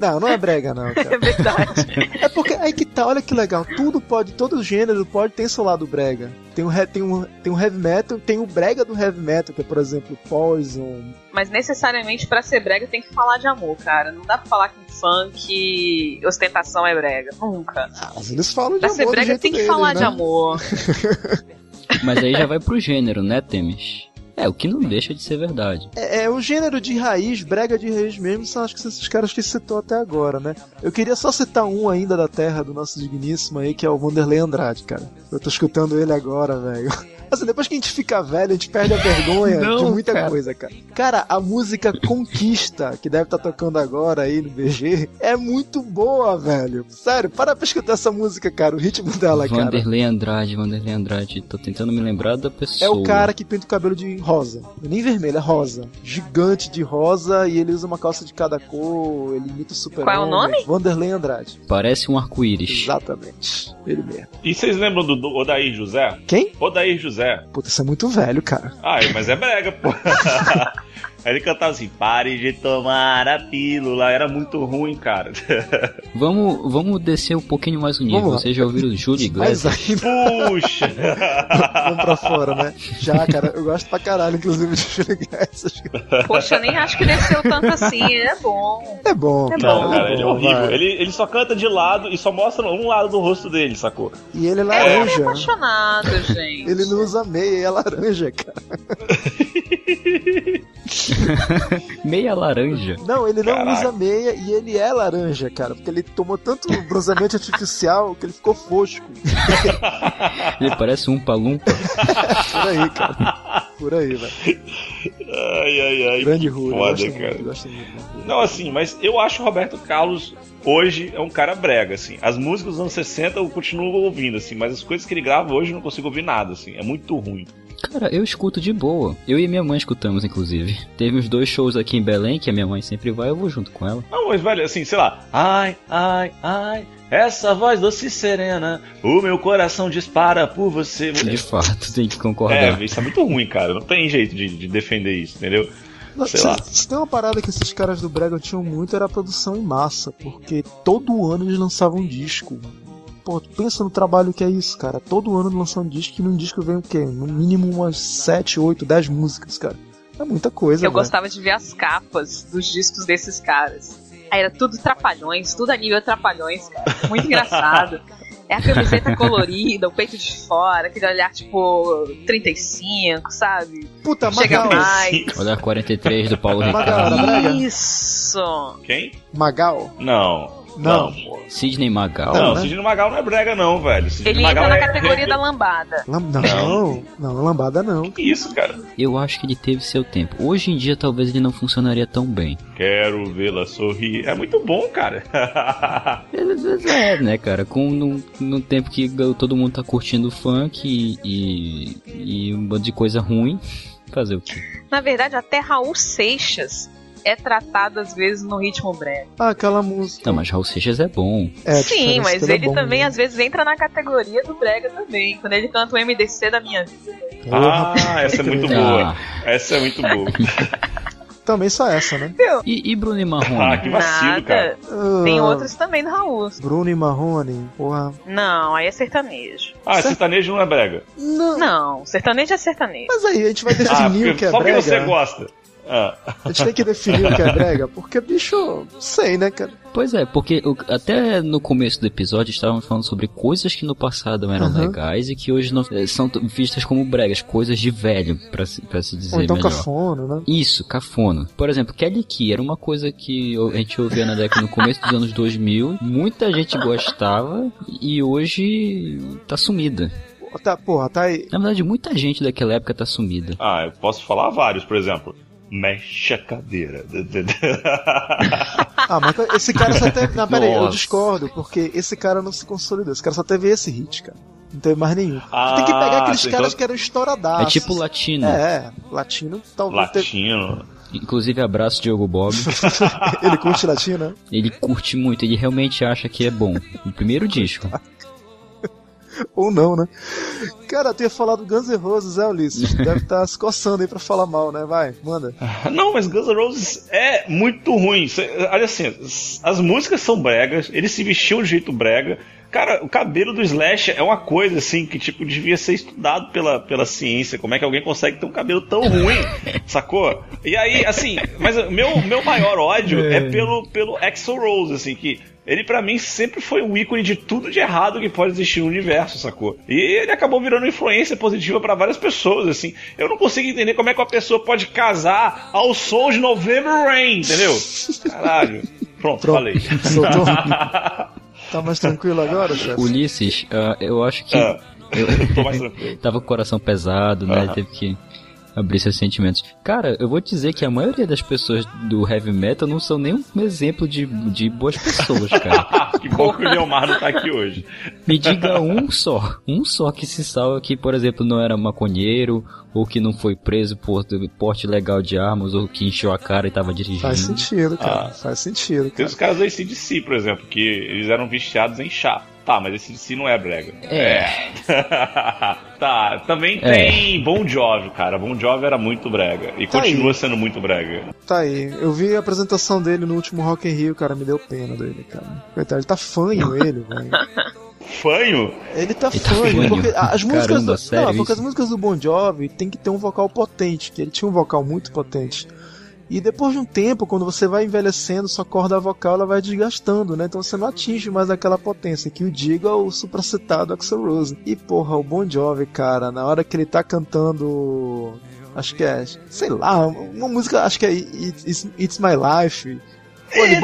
Não, não é brega, não, cara.
é verdade.
É porque aí que tá, olha que legal. Tudo pode, todo gênero pode ter seu lado brega. Tem um, he- tem um, tem um heavy metal, tem o brega do heavy metal, que é, por exemplo, Poison.
Mas necessariamente pra ser brega tem que falar de amor, cara. Não dá pra falar que funk ostentação é brega. Nunca.
Ah, mas eles falam de
Pra
amor
ser
do
brega
jeito
tem que
deles,
falar
né?
de amor.
Mas aí já vai pro gênero, né, Temis? É, o que não deixa de ser verdade.
É, é, o gênero de raiz, brega de raiz mesmo, são acho que esses caras que citou até agora, né? Eu queria só citar um ainda da terra do nosso digníssimo aí, que é o Wanderlei Andrade, cara. Eu tô escutando ele agora, velho. Assim, depois que a gente fica velho, a gente perde a vergonha de
Não,
muita
cara.
coisa, cara. Cara, a música Conquista, que deve estar tocando agora aí no BG, é muito boa, velho. Sério, para pra escutar essa música, cara, o ritmo dela, cara.
Vanderlei Andrade, Vanderlei Andrade. Tô tentando me lembrar da pessoa.
É o cara que pinta o cabelo de rosa. Nem vermelho, é rosa. Gigante de rosa e ele usa uma calça de cada cor, ele imita o super
Qual é o nome?
Vanderlei Andrade.
Parece um arco-íris.
Exatamente. Ele mesmo.
E vocês lembram do do Odair José?
Quem?
Odair José.
Puta, isso é muito velho, cara.
Ah, mas é brega, pô. Aí ele cantava assim: pare de tomar a pílula. Era muito ruim, cara.
Vamos, vamos descer um pouquinho mais o nível.
Vamos lá.
Vocês já ouviram o Júlio
Mas
Iglesias?
ainda
Puxa!
vamos pra fora, né? Já, cara, eu gosto pra caralho, inclusive, de Júlio Iglesias.
Poxa, eu nem acho que desceu tanto assim. É bom.
É bom.
É
Não,
bom,
cara, ele é horrível.
vai.
Ele, ele só canta de lado e só mostra um lado do rosto dele, sacou?
E ele é
É, ele é
laranja.
apaixonado, gente.
Ele não usa meia, ele é laranja, cara.
Meia laranja.
Não, ele não
Caraca.
usa meia e ele é laranja, cara. Porque ele tomou tanto bronzeamento artificial que ele ficou fosco.
Ele parece um palumpa.
Por aí, cara. Por aí, velho.
Ai, ai, ai.
Grande Rui. eu
foda,
gosto
cara.
Muito, gosto muito.
Não, assim, mas eu acho o Roberto Carlos hoje é um cara brega, assim. As músicas dos anos 60 eu continuo ouvindo, assim, mas as coisas que ele grava hoje eu não consigo ouvir nada, assim. É muito ruim.
Cara, eu escuto de boa. Eu e minha mãe escutamos, inclusive. Teve uns dois shows aqui em Belém, que a minha mãe sempre vai, eu vou junto com ela.
Não, mas velho, assim, sei lá. Ai, ai, ai, essa voz doce e serena, o meu coração dispara por você.
De fato, tem que
É,
concordar.
velho, isso é muito ruim, cara. Não tem jeito de, de defender isso, entendeu? Sei
se,
lá.
se tem uma parada que esses caras do Brega tinham muito era a produção em massa, porque todo ano eles lançavam um disco. Pô, tu pensa no trabalho que é isso, cara. Todo ano lançando um disco e num disco vem o quê? No mínimo umas 7, 8, 10 músicas, cara. É muita coisa,
Eu
velho.
gostava de ver as capas dos discos desses caras. Aí era tudo trapalhões, tudo a nível trapalhões, cara. Muito engraçado. É a camiseta colorida, o peito de fora, aquele olhar tipo 35, sabe?
Puta,
Chega
Magal.
mais.
Olha a 43 do Paulo
Magal,
Ricardo.
né? Braga.
Isso!
Quem?
Magal?
Não.
Não.
pô.
Sidney Magal.
Não,
né?
Sidney Magal não é brega, não, velho. Sidney
Ele
Magal
entra na
é-
categoria da lambada.
Lam- Não, não, lambada não.
Que Isso, cara.
Eu acho que ele teve seu tempo. Hoje em dia, talvez ele não funcionaria tão bem.
Quero vê-la sorrir. É muito bom, cara.
É, né, cara? Com num, num tempo que todo mundo tá curtindo funk e, e, e um bando de coisa ruim. Fazer o quê?
Na verdade, até Raul Seixas é tratado às vezes no ritmo breve.
Ah, aquela música.
Não, mas Raul Seixas é bom.
É,
Sim,
diferente,
mas
é
ele
bom,
também
né?
às vezes entra na categoria do brega também. Quando ele canta o MDC da minha vida.
Porra,
Tá.
ah, essa é muito é boa.
Ah,
Essa é muito boa.
Também só essa, né?
E, e Bruno e
Ah,
Marrone?
que vacilo, cara.
Nada. Tem
Ah,
outros também no Raul.
Bruno e Marrone, porra.
Não, aí é sertanejo.
Ah, sertanejo não é brega.
Não.
Não, sertanejo é sertanejo.
Mas aí, a gente vai
Ah,
definir o
porque,
que é
só porque
brega.
você
né?
gosta. Ah,
A gente tem que definir o que é brega, porque, bicho, sei, né, cara?
Pois é, porque o- até no começo do episódio estávamos falando sobre coisas que no passado eram
Uhum.
legais e que hoje não eh, são t- vistas como bregas, coisas de velho, pra se, pra se dizer
Ou então
melhor.
cafona, né?
Isso, cafona. Por exemplo, Kelly Key era uma coisa que eu- a gente ouvia na década no começo dos anos 2000, muita gente gostava e hoje tá sumida.
Tá, porra, tá aí.
Na verdade, muita gente daquela época tá sumida.
ah, eu posso falar vários, por exemplo. Mexe a cadeira.
Ah, mas esse cara só teve. Não, pera aí, eu
Nossa.
discordo, porque esse cara não se consolidou. Esse cara só teve esse hit, cara. Não teve mais nenhum.
Ah,
tem que pegar aqueles
então-
caras que eram estouradaços.
É tipo latino.
É, é, latino talvez. teve-
Latino.
Inclusive, abraço Diogo Bob.
Ele curte latino, né?
Ele curte muito, ele realmente acha que é bom. O primeiro disco.
Ou não, né? Cara, tu ia falar do Guns N' Roses, é, Ulisses? Deve estar se coçando aí pra falar mal, né? Vai, manda.
Não, mas Guns N' Roses é muito ruim. Cê- Olha assim, s- as músicas são bregas, ele se vestiu de jeito brega. Cara, o cabelo do Slash é uma coisa assim que tipo devia ser estudado pela, pela ciência. Como é que alguém consegue ter um cabelo tão ruim, sacou? E aí, assim, mas o meu meu maior ódio é, pelo pelo Axl Rose, assim que ele pra mim sempre foi um ícone de tudo de errado que pode existir no universo, sacou? E ele acabou virando influência positiva pra várias pessoas, assim. Eu não consigo entender como é que uma pessoa pode casar ao som de November Rain, entendeu? Caralho. Pronto,
Pronto.
falei.
Soltou? Tá mais tranquilo agora, chefe?
Ulisses, ah, eu acho que.
Ah.
eu-
Tô mais tranquilo.
tava com o coração pesado, né?
Aham.
Teve que abrir seus sentimentos. Cara, eu vou te dizer que a maioria das pessoas do heavy metal não são nem um exemplo de, de boas pessoas, cara.
Ah, que bom que o Leomar não tá aqui hoje.
Me diga um só, um só que se salva que, por exemplo, não era maconheiro, ou que não foi preso por porte legal de armas, ou que encheu a cara e tava
Faz
dirigindo.
sentido, cara.
Ah.
Faz sentido,
Tem
cara.
os caras do ACDC, por exemplo, que eles eram viciados em chá. Tá, mas ACDC não é brega.
É.
tá, também
É.
tem Bon Jovi, cara. Bon Jovi era muito brega. E
Tá
continua sendo muito brega.
Tá aí. Eu vi a apresentação dele no último Rock in Rio, cara. Me deu pena dele, cara. Coitado, ele tá fanho, ele, velho.
Fanho?
Ele tá
Ele tá
fanho.
fanho.
Porque a- as músicas
Caramba,
do,
sério é
não, porque
isso?
as músicas do Bon Jovi tem que ter um vocal potente, que ele tinha um vocal muito potente. E depois de um tempo, quando você vai envelhecendo, sua corda vocal ela vai desgastando, né? Então você não atinge mais aquela potência que o diga o supracitado Axel Rose. E porra, o Bon Jovi, cara, na hora que ele tá cantando, acho que é, sei lá, uma música, acho que é It- It's, It's My Life. Pô, ele-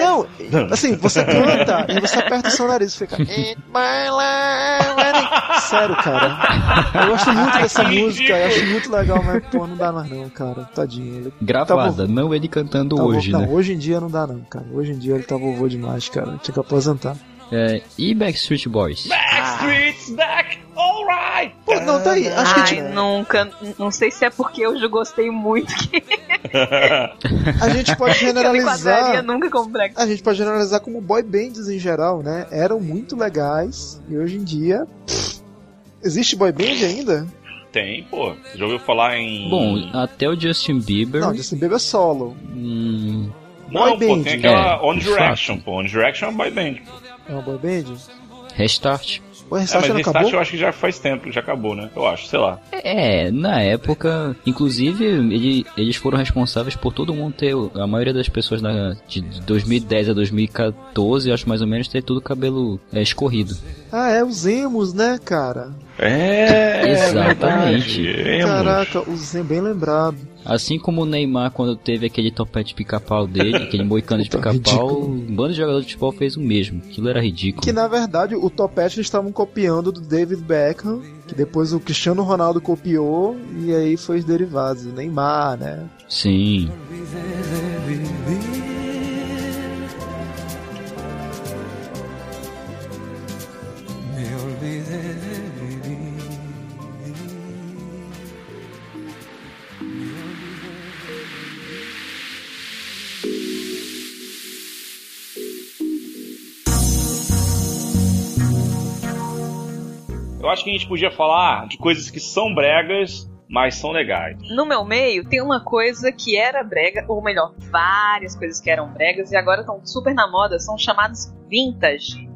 Não, Assim, você canta e você aperta o seu nariz e fica. "It's my life." Sério, cara. Eu gosto muito dessa
que
música,
ridículo.
eu acho muito legal, mas pô, não dá mais não, cara. Tadinho. Ele
Gravada, não ele cantando
tá
hoje,
vo-
né?
Não, hoje em dia não dá não, cara. Hoje em dia ele tá vovô demais, cara. Tinha que aposentar.
É, e Backstreet Boys?
Backstreet's back, alright!
Pô, não, tá aí. Acho que a
Ai,
gente,
nunca. Não sei se é porque eu já gostei muito que
a gente pode
eu não enquadraria
generalizar.
nunca como Black.
A gente pode generalizar como boy bands em geral, né? Eram muito legais e hoje em dia. pff, Existe boy band ainda?
Tem, pô. Você já ouviu falar em.
Bom, até o Justin Bieber.
Não, Justin Bieber é solo.
hum,
não,
boy
pô,
band.
tem aquela
É,
On
de
Direction, pô. On Direction é boy band.
É uma boy band?
restart.
O
É,
Restart
mas
não
Restart
acabou?
eu acho que já faz tempo, já acabou, né? Eu acho, sei lá.
É, na época, inclusive, ele- eles foram responsáveis por todo mundo ter, a maioria das pessoas na, de 2010 a 2014, acho mais ou menos, ter tudo cabelo é, escorrido.
Ah, é os emos, né, cara?
É,
Exatamente.
verdade. Emo.
Caraca, os emos, bem lembrado.
Assim como o Neymar, quando teve aquele topete pica-pau dele, aquele moicano de
Puta,
pica-pau,
ridículo.
um bando de jogador de futebol fez o mesmo. Aquilo era ridículo.
Que na verdade o topete eles estavam copiando do David Beckham, que depois o Cristiano Ronaldo copiou e aí foi os derivados. O Neymar, né?
Sim.
Eu acho que a gente podia falar de coisas que são bregas mas são legais.
No meu meio tem uma coisa que era brega, ou melhor, várias coisas que eram bregas e agora estão super na moda, são chamadas vintage.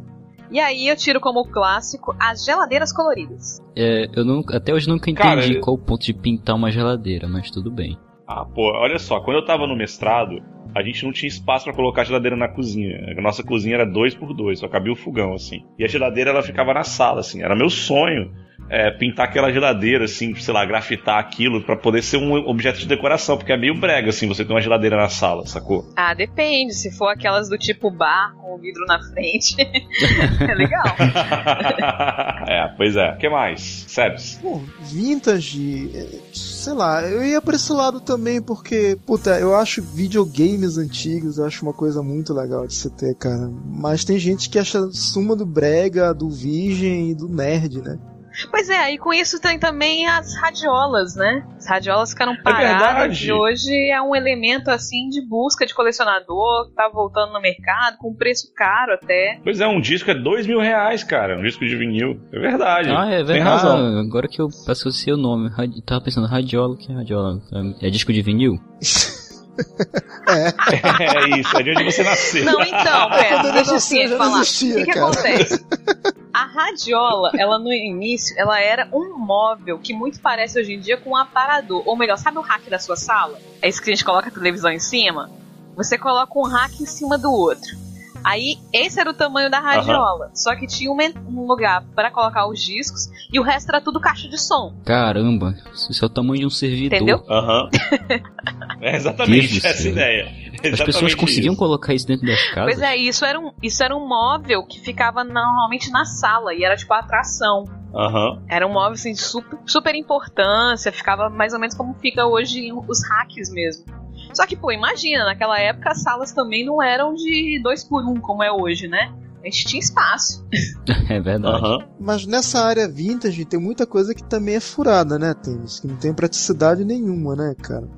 E aí eu tiro como clássico as geladeiras coloridas.
É, eu nunca, até hoje nunca entendi
Cara, eu-
qual o ponto de pintar uma geladeira, mas tudo bem.
Ah, pô, olha só, quando eu tava no mestrado, a gente não tinha espaço pra colocar a geladeira na cozinha. A nossa cozinha era dois por dois, só cabia o fogão, assim. E a geladeira, ela ficava na sala, assim. Era meu sonho é, pintar aquela geladeira, assim, sei lá, grafitar aquilo pra poder ser um objeto de decoração, porque é meio brega, assim, você ter uma geladeira na sala, sacou?
Ah, depende, se for aquelas do tipo bar com o vidro na frente. é legal.
é, pois é. O que mais? Sebs?
Bom, vintage, eh, sei lá, eu ia pra esse lado também porque, puta, eu acho videogames antigos, eu acho uma coisa muito legal de se ter, cara. Mas tem gente que acha suma do brega, do virgem e do nerd, né?
Pois é, e com isso tem também as radiolas, né? As radiolas ficaram paradas
verdade.
e hoje é um elemento assim de busca de colecionador que tá voltando no mercado com preço caro até.
Pois é, um disco é dois mil reais, cara. Um disco de vinil. É verdade.
Ah, é verdade.
Tem razão.
Ah, agora que eu associei o nome, radi- tava pensando, radiola, o que é radiola? É disco de vinil?
É isso, é de onde você nasceu.
Não, então,
Quando
pera,
eu
deixa
nasci,
assim
já não
falar.
existia,
O que, que
cara.
acontece? A radiola, ela no início, ela era um móvel que muito parece hoje em dia com um aparador. Ou melhor, sabe o rack da sua sala? É isso que a gente coloca a televisão em cima? Você coloca um rack em cima do outro. Aí, esse era o tamanho da radiola. Só que tinha uma en- um lugar pra colocar os discos e o resto era tudo caixa de som.
Caramba, isso é o tamanho de um servidor.
Entendeu?
Aham. É exatamente
Deus do
essa
céu.
ideia.
As pessoas
Exatamente
conseguiam
isso.
colocar isso dentro das casas?
Pois é, isso era, um, isso era um móvel que ficava normalmente na sala e era tipo a atração.
Aham.
Era um móvel assim, de super, super importância, ficava mais ou menos como fica hoje os hacks mesmo. Só que, pô, imagina, naquela época as salas também não eram de 2 por 1 um, como é hoje, né? A gente tinha espaço.
É verdade.
Aham.
Mas nessa área vintage tem muita coisa que também é furada, né, Tênis? Que não tem praticidade nenhuma, né, cara?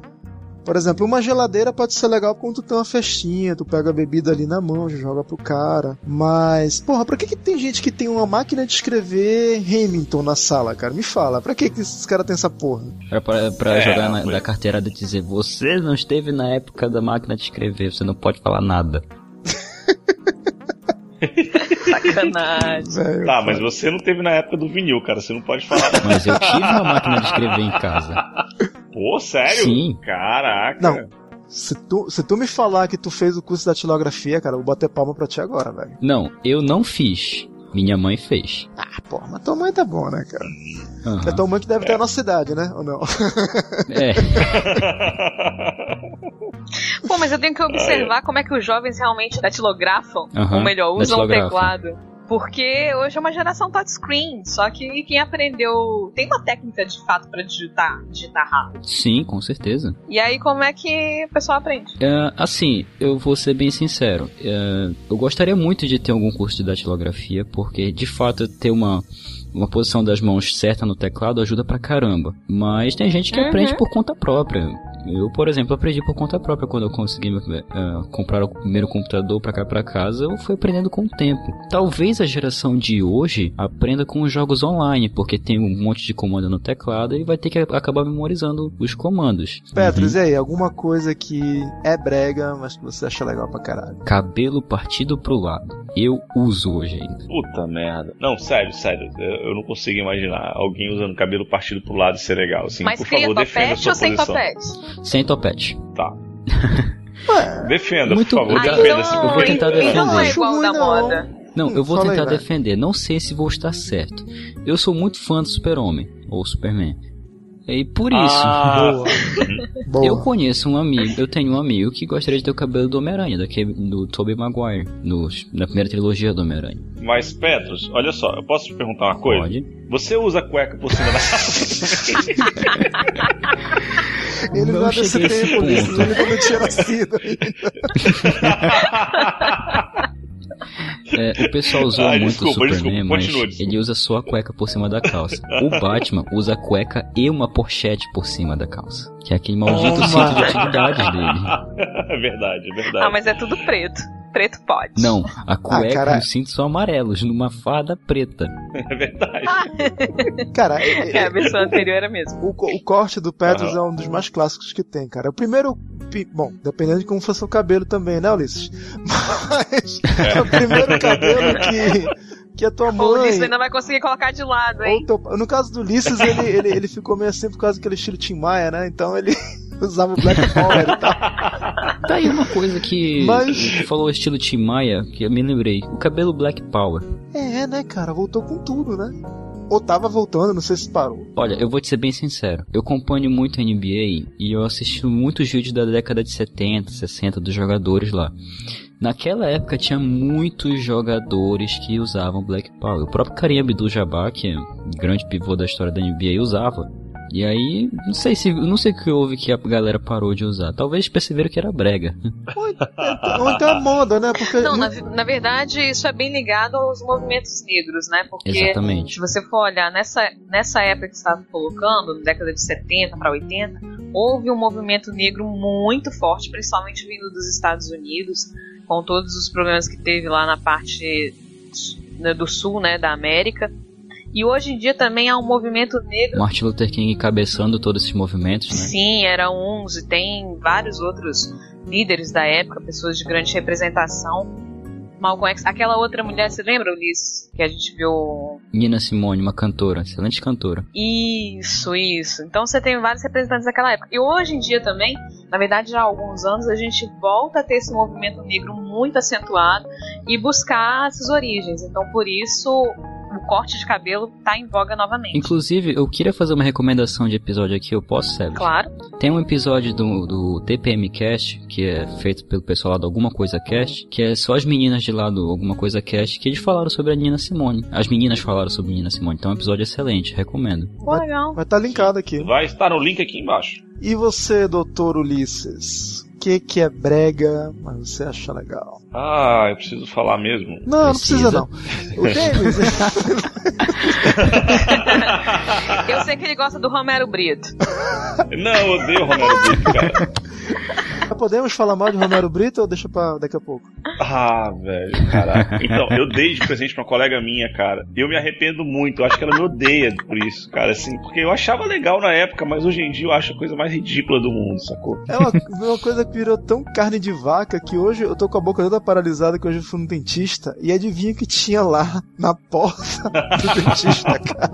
Por exemplo, uma geladeira pode ser legal quando tu tem uma festinha, tu pega a bebida ali na mão, já joga pro cara. Mas, porra, pra que, que tem gente que tem uma máquina de escrever Hamilton na sala, cara? Me fala, pra que, que esses caras têm essa porra?
Era pra, pra
É,
jogar na,
foi.
da carteirada e dizer, você não esteve na época da máquina de escrever, você não pode falar nada.
Sacanagem.
Velho,
Tá, mas você não teve na época do vinil, cara. Você não pode falar.
Mas eu tive uma máquina de escrever em casa.
Pô, sério?
Sim.
Caraca.
Não. Se tu, se tu me falar que tu fez o curso da tilografia, cara, eu vou bater palma pra ti agora, velho.
Não, eu não fiz. Minha mãe fez.
Ah, porra, mas tua mãe tá bom, né, cara?
Aham.
É tua mãe que deve ter a nossa idade, né? Ou não?
É,
Pô, mas eu tenho que observar como é que os jovens realmente datilografam,
Aham,
ou melhor, usam o
datilografam.
teclado. Porque hoje é uma geração touchscreen, só que quem aprendeu. Tem uma técnica de fato pra digitar, digitar rápido.
sim, com certeza.
E aí, como é que o pessoal aprende?
É, assim, eu vou ser bem sincero. É, eu gostaria muito de ter algum curso de datilografia, porque de fato ter uma, uma posição das mãos certa no teclado ajuda pra caramba. Mas tem gente que
Uhum.
aprende por conta própria. Eu, por exemplo, aprendi por conta própria quando eu consegui eh, comprar o primeiro computador pra cá pra casa. Eu fui aprendendo com o tempo. Talvez a geração de hoje aprenda com os jogos online, porque tem um monte de comando no teclado e vai ter que a- acabar memorizando os comandos.
Petros, e aí, alguma coisa que é brega, mas que você acha legal pra caralho?
Cabelo partido pro lado. Eu uso hoje ainda.
Puta merda. Não, sério, sério. Eu eu não consigo imaginar alguém usando cabelo partido pro lado e ser legal. Assim,
mas
por
cria
favor, defenda a
topete
sua
ou sem
posição.
topete?
Sem topete.
Defenda,
Muito
por favor,
bem. Ah,
defenda
então-
esse
eu vou tentar
Então não é
defender.
igual da
Não.
moda.
Não, eu vou
Hum, Fala aí,
tentar
velho.
defender. Não sei se vou estar certo. Eu sou muito fã do Super-Homem ou Superman. E por isso,
Ah,
Boa. Boa.
eu conheço um amigo, eu tenho um amigo que gostaria de ter o cabelo do Homem-Aranha, daquele do Tobey Maguire, no, na primeira trilogia do Homem-Aranha.
mas Petros, olha só, eu posso te perguntar uma coisa?
Pode?
Você usa cueca por cima da calça?
Ele
Não
não é desse
cheguei a esse
tempo,
ponto.
ele ainda não tinha nascido.
É, o pessoal usou
Ah,
muito
desculpa,
o Superman,
desculpa,
mas
continua, desculpa.
ele usa só a cueca por cima da calça. O Batman usa a cueca e uma pochete por cima da calça, que é aquele maldito
Toma.
cinto de utilidades dele.
É verdade, é verdade.
Ah, mas é tudo preto. preto pode.
Não, a cueca
Ah, cara-
e os cintos são amarelos, numa farda preta.
É verdade.
Cara, é-
É, a versão anterior era mesmo.
O, co- o corte do Petros
Aham.
é um dos mais clássicos que tem, cara. É O primeiro. pi- Bom, dependendo de como for seu cabelo também, né, Ulisses? Mas. É o primeiro cabelo que, que a tua
Ou o
mãe.
é
Disney ainda vai conseguir colocar de lado,
Ou
hein?
teu, no caso do Ulisses, ele, ele, ele ficou meio assim por causa daquele estilo Tim Maia, né? Então ele usava o Black Power e tal.
Tá aí uma coisa que
Mas-
que falou estilo Tim Maia, que eu me lembrei. O cabelo Black Power.
É, né, cara? Voltou com tudo, né? Ou tava voltando, não sei se parou.
Olha, eu vou te ser bem sincero. Eu acompanho muito a NBA e eu assisti muitos vídeos da década de 70, 60 dos jogadores lá. Naquela época tinha muitos jogadores que usavam Black Power. O próprio Kareem Abdul-Jabbar, que é um grande pivô da história da NBA, usava. E aí, não sei se, não sei o que houve que a galera parou de usar. Talvez perceberam que era brega. né?
Ou, então- ou então é moda, né? Porque.
Não, na, na verdade, isso é bem ligado aos movimentos negros, né? Porque
Exatamente.
se você for olhar nessa, nessa época que você estava colocando, na década de 70 para 80, houve um movimento negro muito forte, principalmente vindo dos Estados Unidos, com todos os problemas que teve lá na parte né, do sul, né, da América. E hoje em dia também há um movimento negro
Martin Luther King cabeçando todos esses movimentos, né?
Sim, era uns e tem vários outros líderes da época, pessoas de grande representação. Malcolm X, aquela outra mulher, você lembra, Ulisses? Que a gente viu.
Nina Simone, uma cantora, excelente cantora.
Isso, isso. Então você tem vários representantes daquela época. E hoje em dia também, na verdade, já há alguns anos, a gente volta a ter esse movimento negro muito acentuado e buscar essas origens. Então por isso o corte de cabelo tá em voga novamente.
Inclusive, eu queria fazer uma recomendação de episódio aqui, eu posso, Sérgio?
Claro.
Tem um episódio do, do TPM Cast, que é feito pelo pessoal lá do Alguma Coisa Cast, que é só as meninas de lá do Alguma Coisa Cast, que eles falaram sobre a Nina Simone. As meninas falaram sobre Nina Simone, então é um episódio excelente, recomendo.
Pô, legal.
Mas tá linkado aqui.
Vai estar no link aqui embaixo.
E você, doutor Ulisses? O que, que é brega, mas você acha legal?
Ah, eu preciso falar mesmo.
Não,
Precisa.
não precisa não. O James,
Eu sei que ele gosta do Romero Brito.
Não, eu odeio o Romero Brito, cara.
podemos falar mal de Romero Brito ou deixa pra daqui a pouco?
Ah, velho, caraca. Então, eu dei de presente pra uma colega minha, cara. Eu me arrependo muito. Eu acho que ela me odeia por isso, cara. Assim, porque eu achava legal na época, mas hoje em dia eu acho a coisa mais ridícula do mundo, sacou?
É uma, uma coisa que virou tão carne de vaca que hoje eu tô com a boca toda paralisada que hoje eu fui no dentista e adivinha o que tinha lá na porta do dentista, cara?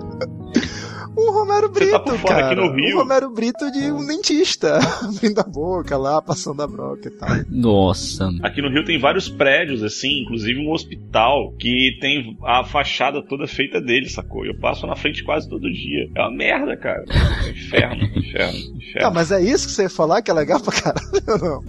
Um Romero
Você
Brito,
tá por fora
cara.
aqui no Rio?
Um Romero Brito de um dentista. Abrindo a boca lá, passando a broca e tal.
Nossa,
Aqui no Rio tem vários prédios, assim, inclusive um hospital, que tem a fachada toda feita dele, sacou? Eu passo na frente quase todo dia. É uma merda, cara. É um Inferno, inferno, um
Ah,
inferno.
mas é isso que você ia falar que é legal pra caralho ou não?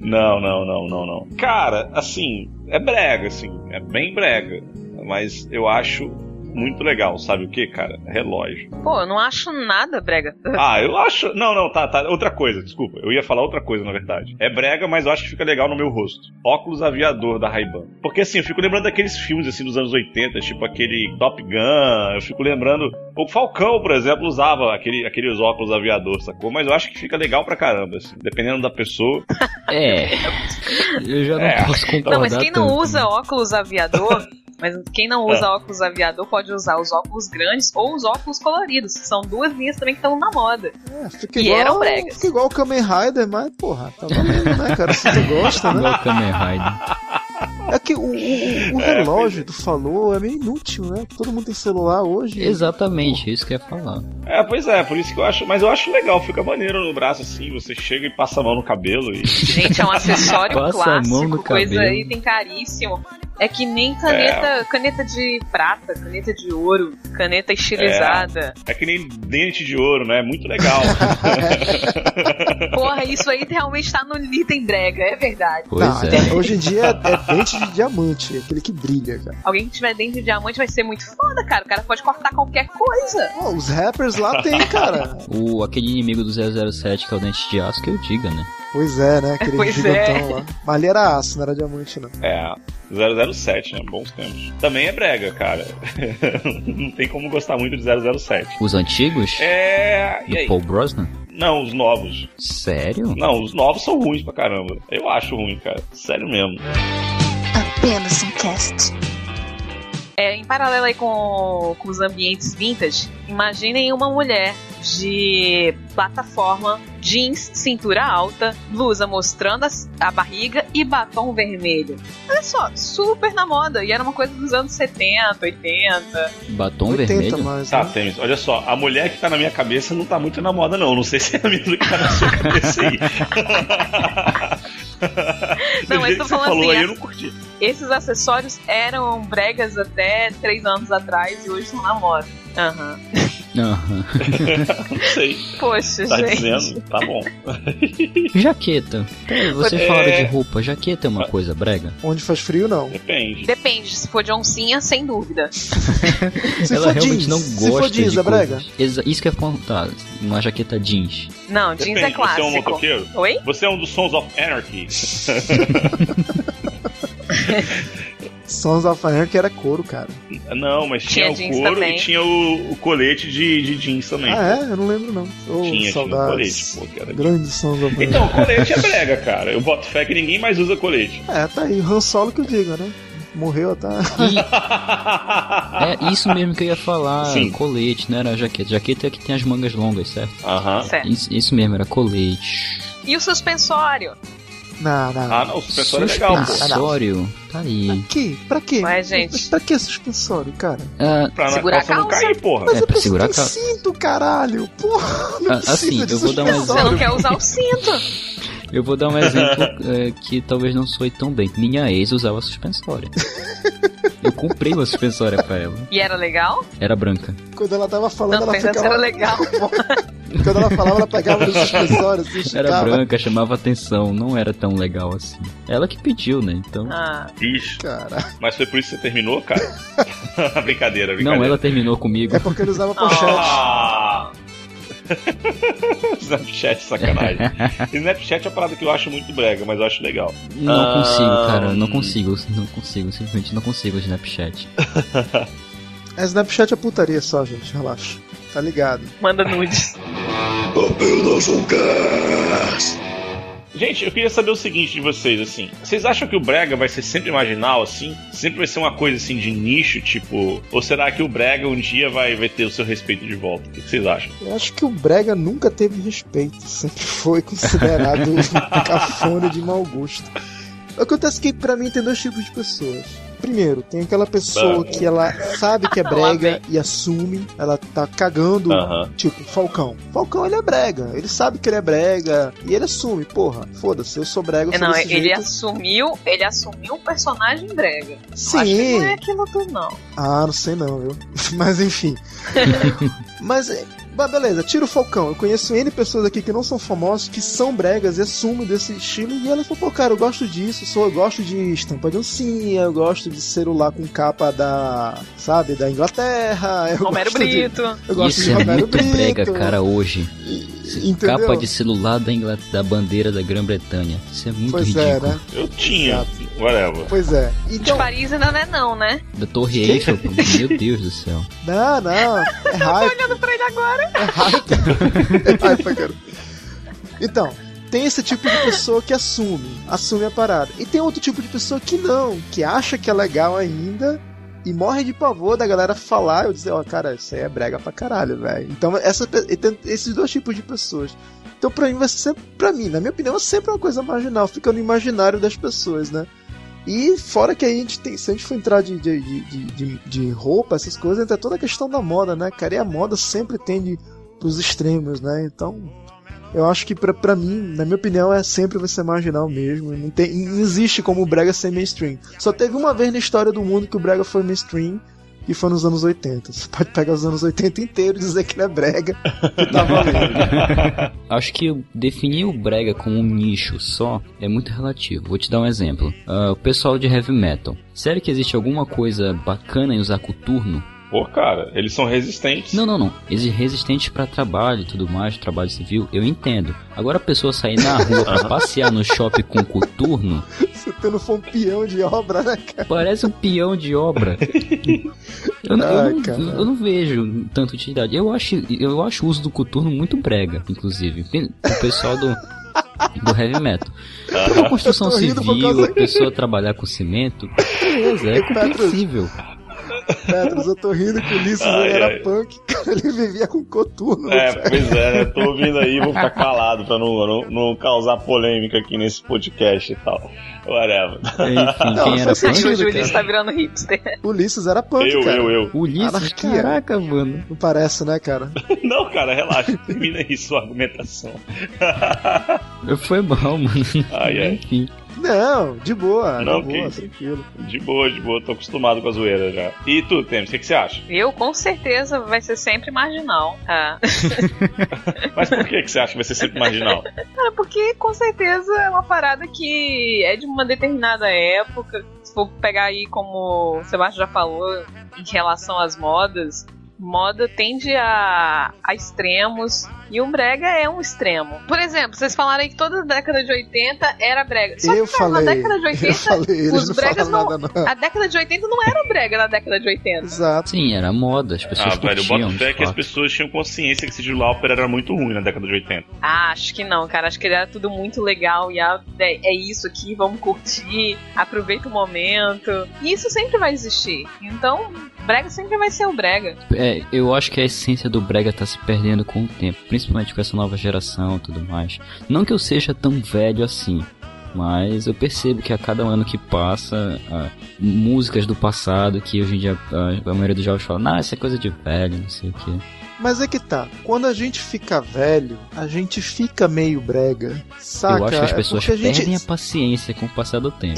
Não, não, não, não, não. Cara, assim, é brega, assim. É bem brega. Mas eu acho muito legal, sabe o que, cara? Relógio.
Pô, eu não acho nada, Brega.
Ah, eu acho. Não, não, tá, tá. Outra coisa, desculpa. Eu ia falar outra coisa, na verdade. É brega, mas eu acho que fica legal no meu rosto. Óculos aviador da Ray-Ban. Porque assim, eu fico lembrando daqueles filmes assim dos anos 80, tipo aquele Top Gun. Eu fico lembrando. O Falcão, por exemplo, usava aquele, aqueles óculos aviador, sacou? Mas eu acho que fica legal pra caramba, assim. Dependendo da pessoa.
é. Eu já não
É.
posso concordar.
Não, mas quem não
tanto.
usa óculos aviador, mas quem não usa óculos aviador pode usar os óculos grandes ou os óculos coloridos, que são duas linhas também que estão na moda.
É, fica
E
igual,
eram bregas.
Fica igual o Kamen Rider, mas, porra, tá valendo, né, cara? Se tu gosta, né?
Igual Kamen Rider.
É que o, o- o- o
É,
relógio, tu falou, é meio inútil, né? Todo mundo tem celular hoje.
Exatamente, isso que eu ia falar.
É, pois é, por isso que eu acho. Mas eu acho legal, fica maneiro no braço assim. Você chega e passa a mão no cabelo e.
Gente, é um acessório
Passa a
clássico,
mão no
coisa
cabelo. É.
item caríssimo. É que nem caneta, caneta de prata, caneta de ouro, caneta estilizada.
É que nem dente de ouro, né? É muito legal.
É.
Porra, isso aí realmente tá no item brega, é verdade.
Pois
Não,
é.
é, Hoje em dia é, é dente de diamante, é aquele que brilha, cara.
Alguém que tiver dente de diamante vai ser muito foda, cara. O cara pode cortar qualquer coisa.
Pô, os rappers lá tem, cara.
O, aquele inimigo do 007 que é o Dente de Aço, que eu diga, né?
Pois é, né? Aquele
Pois
gigantão
é.
lá. Mas ali era aço, não era diamante, não.
É, 007, né? Bons tempos. Também é brega, cara. não tem como gostar muito de 007.
Os antigos?
É. E
Do
aí?
Paul Brosnan?
Não, os novos.
Sério?
Não, os novos são ruins pra caramba. Eu acho ruim, cara. Sério mesmo.
Apenas um cast.
É, em paralelo aí com, com os ambientes vintage, imaginem uma mulher de plataforma, jeans, cintura alta, blusa mostrando as- a, barriga e batom vermelho. Olha só, super na moda. E era uma coisa dos anos 70, 80.
Batom
80
vermelho?
mais,
Tá,
né?
Tênis, olha só, a mulher que tá na minha cabeça não tá muito na moda, não. Não sei se é a mesma que tá na sua cabeça aí. Do
Não, mas
jeito
tô
que você
falando
falou
assim,
aí,
a-
eu não curti.
Esses acessórios eram bregas até 3 anos atrás e hoje estão na moda. Aham.
Aham.
Não sei.
Poxa,
Tá
gente.
dizendo? Tá bom.
Jaqueta. Então, Vocês
É.
falaram de roupa. Jaqueta é uma coisa brega?
Onde faz frio, não.
Depende.
Depende, se for de oncinha, sem dúvida.
Se
Ela
for
realmente
jeans,
não
se for
gosta
jeans,
de
é brega?
coisas- Exa- Isso que eu ia contar. Uma jaqueta jeans.
Não, jeans
Depende. Você
é
é um
clássico.
motoqueiro?
Oi?
Você é um dos Sons of Anarchy.
Sons of Anarchy era couro, cara.
Não, mas tinha,
Tinha jeans
o couro
também.
e tinha o, o colete de, de jeans também.
Ah, é? Eu não lembro, não. Ô,
Tinha, tinha um
saudades.
colete, pô, que era-
Grande Sons of Anarchy.
Então, colete é brega, cara. Eu boto fé que ninguém mais usa colete.
É, tá aí. Han Solo que eu digo, né? Morreu, tá?
É isso mesmo que eu ia falar.
Sim.
Colete, não era jaqueta. Jaqueta é que tem as mangas longas, certo?
Aham.
É.
Certo.
Isso, isso mesmo, era colete.
E o suspensório?
Não, não.
Ah, não, o suspensório é legal, pô.
Suspensório? Tá aí.
Pra quê? Pra quê?
Ué, gente.
Pra que suspensório, cara?
Ah,
Pra na
Segurar a
calça não
calça.
cair, porra.
Mas
É,
eu
pra
preciso
segurar a
de
ca-
cinto, caralho! Porra, não é
Ah,
precisa
assim,
de
eu vou dar um
Você
suspensório.
não quer usar o cinto.
eu vou dar um exemplo é, que talvez não soe tão bem. Minha ex usava suspensória. Eu comprei uma suspensória pra ela.
E era legal?
Era branca.
Quando ela tava falando,
Não,
ela
pensando se
ficava...
era legal.
Quando ela falava, ela pegava os suspensórios e
Era
esticava.
branca, chamava atenção, não era tão legal assim. Ela que pediu, né? Então.
Ah,
Ixi,
Cara,
mas foi por isso que você terminou, cara? brincadeira, brincadeira.
Não, ela terminou comigo.
é porque ele usava pochete.
Ah! Snapchat, sacanagem. Snapchat é uma parada que eu acho muito brega, mas eu acho legal.
Não
Ah.
consigo, cara. Não consigo. Não consigo. Simplesmente não consigo o Snapchat.
A Snapchat é putaria só, gente, relaxa. Tá ligado.
manda nudes.
Gente, eu queria saber o seguinte de vocês, assim. Vocês acham que o brega vai ser sempre marginal, assim? Sempre vai ser uma coisa, assim, de nicho, tipo... Ou será que o brega um dia vai, vai ter o seu respeito de volta? O que vocês acham?
Eu acho que o Brega nunca teve respeito, sempre foi considerado um cafona de mau gosto. Acontece que pra mim tem dois tipos de pessoas. Primeiro, tem aquela pessoa que ela sabe que é brega e assume, ela tá cagando,
Aham.
tipo, Falcão. Falcão ele é brega, ele sabe que ele é brega e ele assume, porra, foda-se, eu sou brega, eu sou
É, Não,
desse
ele
jeito.
assumiu, ele assumiu um personagem brega. Acho que
Sim,
não é aquilo tudo, não.
Ah, não sei não, viu? Mas enfim. Mas, é, mas beleza, tira o Falcão. Eu conheço N pessoas aqui que não são famosas, que são bregas e assumem desse estilo. E elas falam, pô, cara, eu gosto disso, sou, eu gosto de estampa de oncinha, eu gosto de celular com capa da. sabe, da Inglaterra. Eu
Romero
gosto de-
Brito.
eu gosto
Isso
de
é
Romero
muito
Brito.
brega, cara, hoje.
E- Entendeu?
Capa de celular da, Ingl... da bandeira da Grã-Bretanha. Isso é muito
Pois
ridículo.
é, né?
Eu tinha, whatever.
Pois é.
De
Então,
Paris ainda não é não, né?
Da Torre Eiffel,
é
pô. meu Deus do céu.
não, não. É hype. É
Olhando pra ele agora.
Ai, foi, cara. Então, tem esse tipo de pessoa que assume, assume a parada. E tem outro tipo de pessoa que não, que acha que é legal ainda e morre de pavor da galera falar eu dizer, ó, cara, isso aí é brega pra caralho, velho. Então, essa, pe- e tem esses dois tipos de pessoas. Então, pra mim, vai ser sempre, pra mim, na minha opinião, é sempre uma coisa marginal, fica no imaginário das pessoas, né? E fora que a gente tem, se a gente for entrar de, de, de, de- de, de roupa, essas coisas, entra toda a questão da moda, né, cara? E a moda sempre tende pros extremos, né? Então, eu acho que pra, pra mim, na minha opinião, é sempre você marginal mesmo. Não, tem, não existe como o Brega ser mainstream. Só teve uma vez na história do mundo que o Brega foi mainstream. E foi nos anos 80. Você pode pegar os anos 80 inteiros e dizer que ele é brega. Que tá valendo.
Acho que definir o brega como um nicho só é muito relativo. Vou te dar um exemplo. Ah, o pessoal de heavy metal. Sério que existe alguma coisa bacana em usar coturno?
Pô, cara, eles são resistentes.
Não, não, não. Exi- Resistente pra trabalho e tudo mais, trabalho civil, eu entendo. Agora a pessoa sair na rua pra passear no shopping com coturno,
Você tendo foi um peão de obra, né, cara?
parece um peão de obra. Eu, não- eu
Ai,
não-
cara.
eu não vejo tanta utilidade. Eu acho, eu acho o uso do coturno muito brega, inclusive. O pessoal do, do heavy metal.
Tá.
Porque a construção
Eu tô rindo por
civil,
causa-
a pessoa trabalhar com cimento, beleza, é compreensível.
Petros, eu tô rindo que o Ulisses não
Ai,
era
ai.
punk, cara. Ele vivia com coturno. velho.
É, pois é, né? Tô ouvindo aí, vou ficar calado pra não, não, não causar polêmica aqui nesse podcast e tal. Whatever.
Enfim,
Não,
quem
faz sentido.
Acho
era punk?
que o
Sentido,
Júlio está virando hipster.
O Ulisses era punk,
Eu,
cara.
eu, eu.
Ulisses,
Anarquia.
caraca, mano.
Não parece, né, cara?
Não, cara, relaxa. Termina aí sua argumentação.
Foi mal, mano.
Ai, ai.
Enfim.
Não, de boa,
Não,
de
que
boa,
isso.
tranquilo.
De boa, de boa. Tô acostumado com a zoeira já. E tu, Temes, o que, que você acha?
Eu, com certeza, vai ser sempre marginal. Ah.
Mas por que, que você acha que vai ser sempre marginal?
Cara, É porque com certeza é uma parada que é de uma determinada época. Se for pegar aí, como o Sebastião já falou, em relação às modas, moda tende a, a extremos e o brega é um extremo. Por exemplo, vocês falaram aí que toda a década de 80 era brega. Só
eu
que, cara,
falei.
na década de 80,
eu falei, eles
é- os
não
bregas
falam
não.
nada, não.
A década de 80 não era brega na década de 80.
Exato.
Sim, era moda, as pessoas
ah, velho,
curtiam,
bota
de
fé que as
fato.
pessoas tinham consciência que Sid Lauper era muito ruim na década de 80.
Ah, acho que não, cara. Acho que era tudo muito legal e ah, é, é isso aqui, vamos curtir, aproveita o momento. E isso sempre vai existir. Então, brega sempre vai ser o brega.
É, eu acho que a essência do brega tá se perdendo com o tempo, principalmente com essa nova geração e tudo mais. Não que eu seja tão velho assim, mas eu percebo que a cada ano que passa, ah, músicas do passado que hoje em dia ah, a maioria dos jovens fala, ah, isso é coisa de velho, não sei o quê.
Mas é que tá. Quando a gente fica velho, a gente fica meio brega. Saca?
eu acho que as
É
pessoas
porque a gente-
perdem a paciência com o passar do tempo.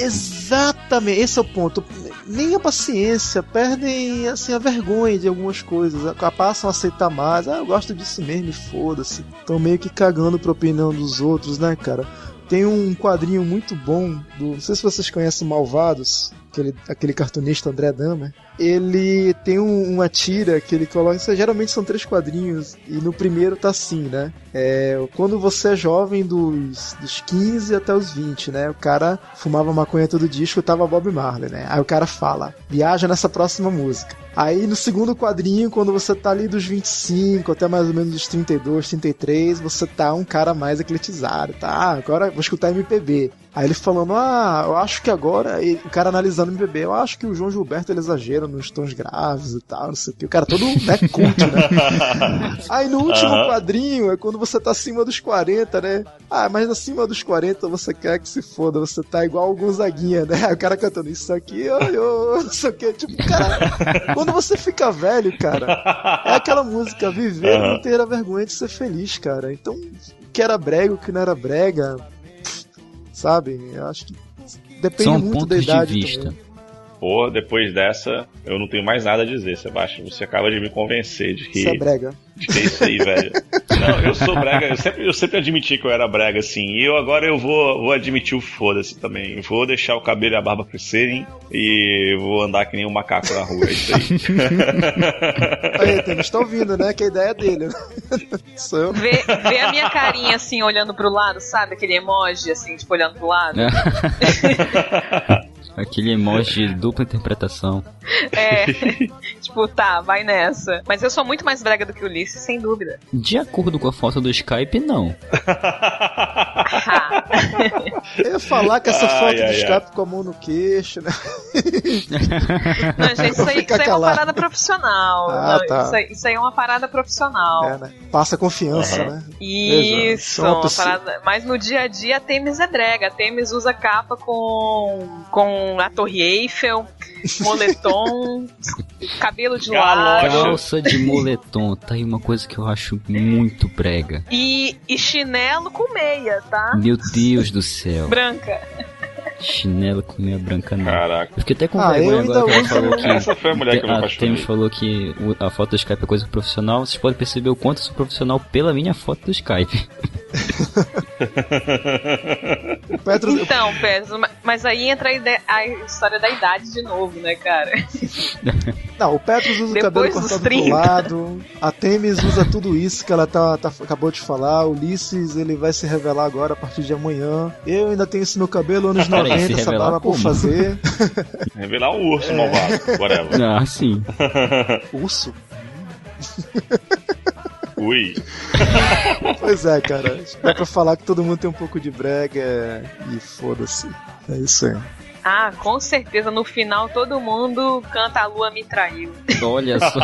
Exatamente, esse é o ponto. Nem a paciência, perdem assim a vergonha de algumas coisas, a- passam a aceitar mais. Ah, eu gosto disso mesmo, e foda-se. Estão meio que cagando pra opinião dos outros, né, cara? Tem um quadrinho muito bom do. Não sei se vocês conhecem Malvados, aquele, aquele cartunista André Dahmer. Ele tem um- uma tira que ele coloca. Isso é, geralmente são três quadrinhos, e no primeiro tá assim, né? É, quando você é jovem, dos, dos 15 até os 20, né? O cara fumava maconha todo dia, escutava Bob Marley, né? Aí o cara fala, viaja nessa próxima música. Aí no segundo quadrinho, quando você tá ali dos 25 até mais ou menos dos 32, 33, você tá um cara mais ecletizado, tá? Ah, agora vou escutar MPB. Aí ele falando, ah, eu acho que agora. e o cara analisando MPB, eu acho que o João Gilberto ele exagera nos tons graves e tal, não sei o que. O cara todo né, culto, né? Aí no último
Aham.
quadrinho é quando você tá acima dos 40, né? Ah, mas acima dos 40 você quer que se foda, você tá igual o Gonzaguinha, né? Aí O cara cantando isso aqui, ô, ô, ô, não sei o que. Tipo, cara, quando você fica velho, cara, é aquela música, viver
Aham.
não ter a vergonha de ser feliz, cara. Então, o que era brega, o que não era brega, pff, sabe? Eu acho que depende
São
muito da
pontos é um de
idade
vista.
também.
Pô, depois dessa, eu não tenho mais nada a dizer, Sebastião. Você acaba de me convencer de que
Isso é brega.
De que é isso aí, velho. Não, eu sou brega, eu sempre, eu sempre admiti que eu era brega, assim. E eu agora eu vou, vou admitir o foda-se também. Eu Vou deixar o cabelo e a barba crescerem e vou andar que nem um macaco na rua, é isso aí.
Aí, tem, tá ouvindo, né? Que a ideia é dele. né? Sou eu.
Vê, vê a minha carinha assim, olhando pro lado, sabe? Aquele emoji, assim, tipo, olhando pro lado.
Aquele emoji de dupla interpretação.
É. tipo, tá, vai nessa. Mas eu sou muito mais brega do que o Ulisses, sem dúvida.
De acordo com a foto do Skype, não.
Ah,
Eu ia falar com essa
Ai,
foto
ai,
do escape com a mão no queixo, né?
não, gente, isso aí,
Fica
isso aí é uma
calado.
parada profissional.
Ah,
Não,
tá.
isso, aí, isso aí é uma parada profissional.
É, né? Passa confiança,
Aham.
né?
Isso,
Só uma
uma
pessoa-
parada- mas no dia a dia a Temis é brega. A Temis usa capa com, com a Torre Eiffel, moletom, cabelo de
Galocha.
lado
Calça de moletom, tá aí uma coisa que eu acho muito brega.
e, e chinelo com meia, tá?
Meu Deus do céu.
Branca.
Chinelo com meia branca não.
Caraca.
Eu fiquei até com
Ah, eu
vergonha agora
ainda
que
uso
ela falou que.
Essa foi a mulher que eu me
a Temi
apaixonei.
falou que o- a foto do Skype é coisa profissional. Vocês podem perceber o quanto eu sou profissional pela minha foto do Skype.
O Petro,
Então, Pés, mas aí entra a, ide- a história da idade de novo, né, cara?
Não, o Petros usa o cabelo
Depois dos
cortado pro
30.
lado. A Temis usa tudo isso que ela tá, tá- acabou de falar. O Ulisses, ele vai se revelar agora a partir de amanhã. Eu ainda tenho esse meu cabelo anos
Peraí,
90,
se
essa
revelar
barba por
como?
fazer.
Revelar o urso malvado, whatever.
Ah, sim.
Urso?
Ui.
Pois é, cara. Dá pra falar que todo mundo tem um pouco de brega é, e foda-se. É isso aí.
Ah, com certeza, no final todo mundo canta A Lua Me Traiu.
Olha só.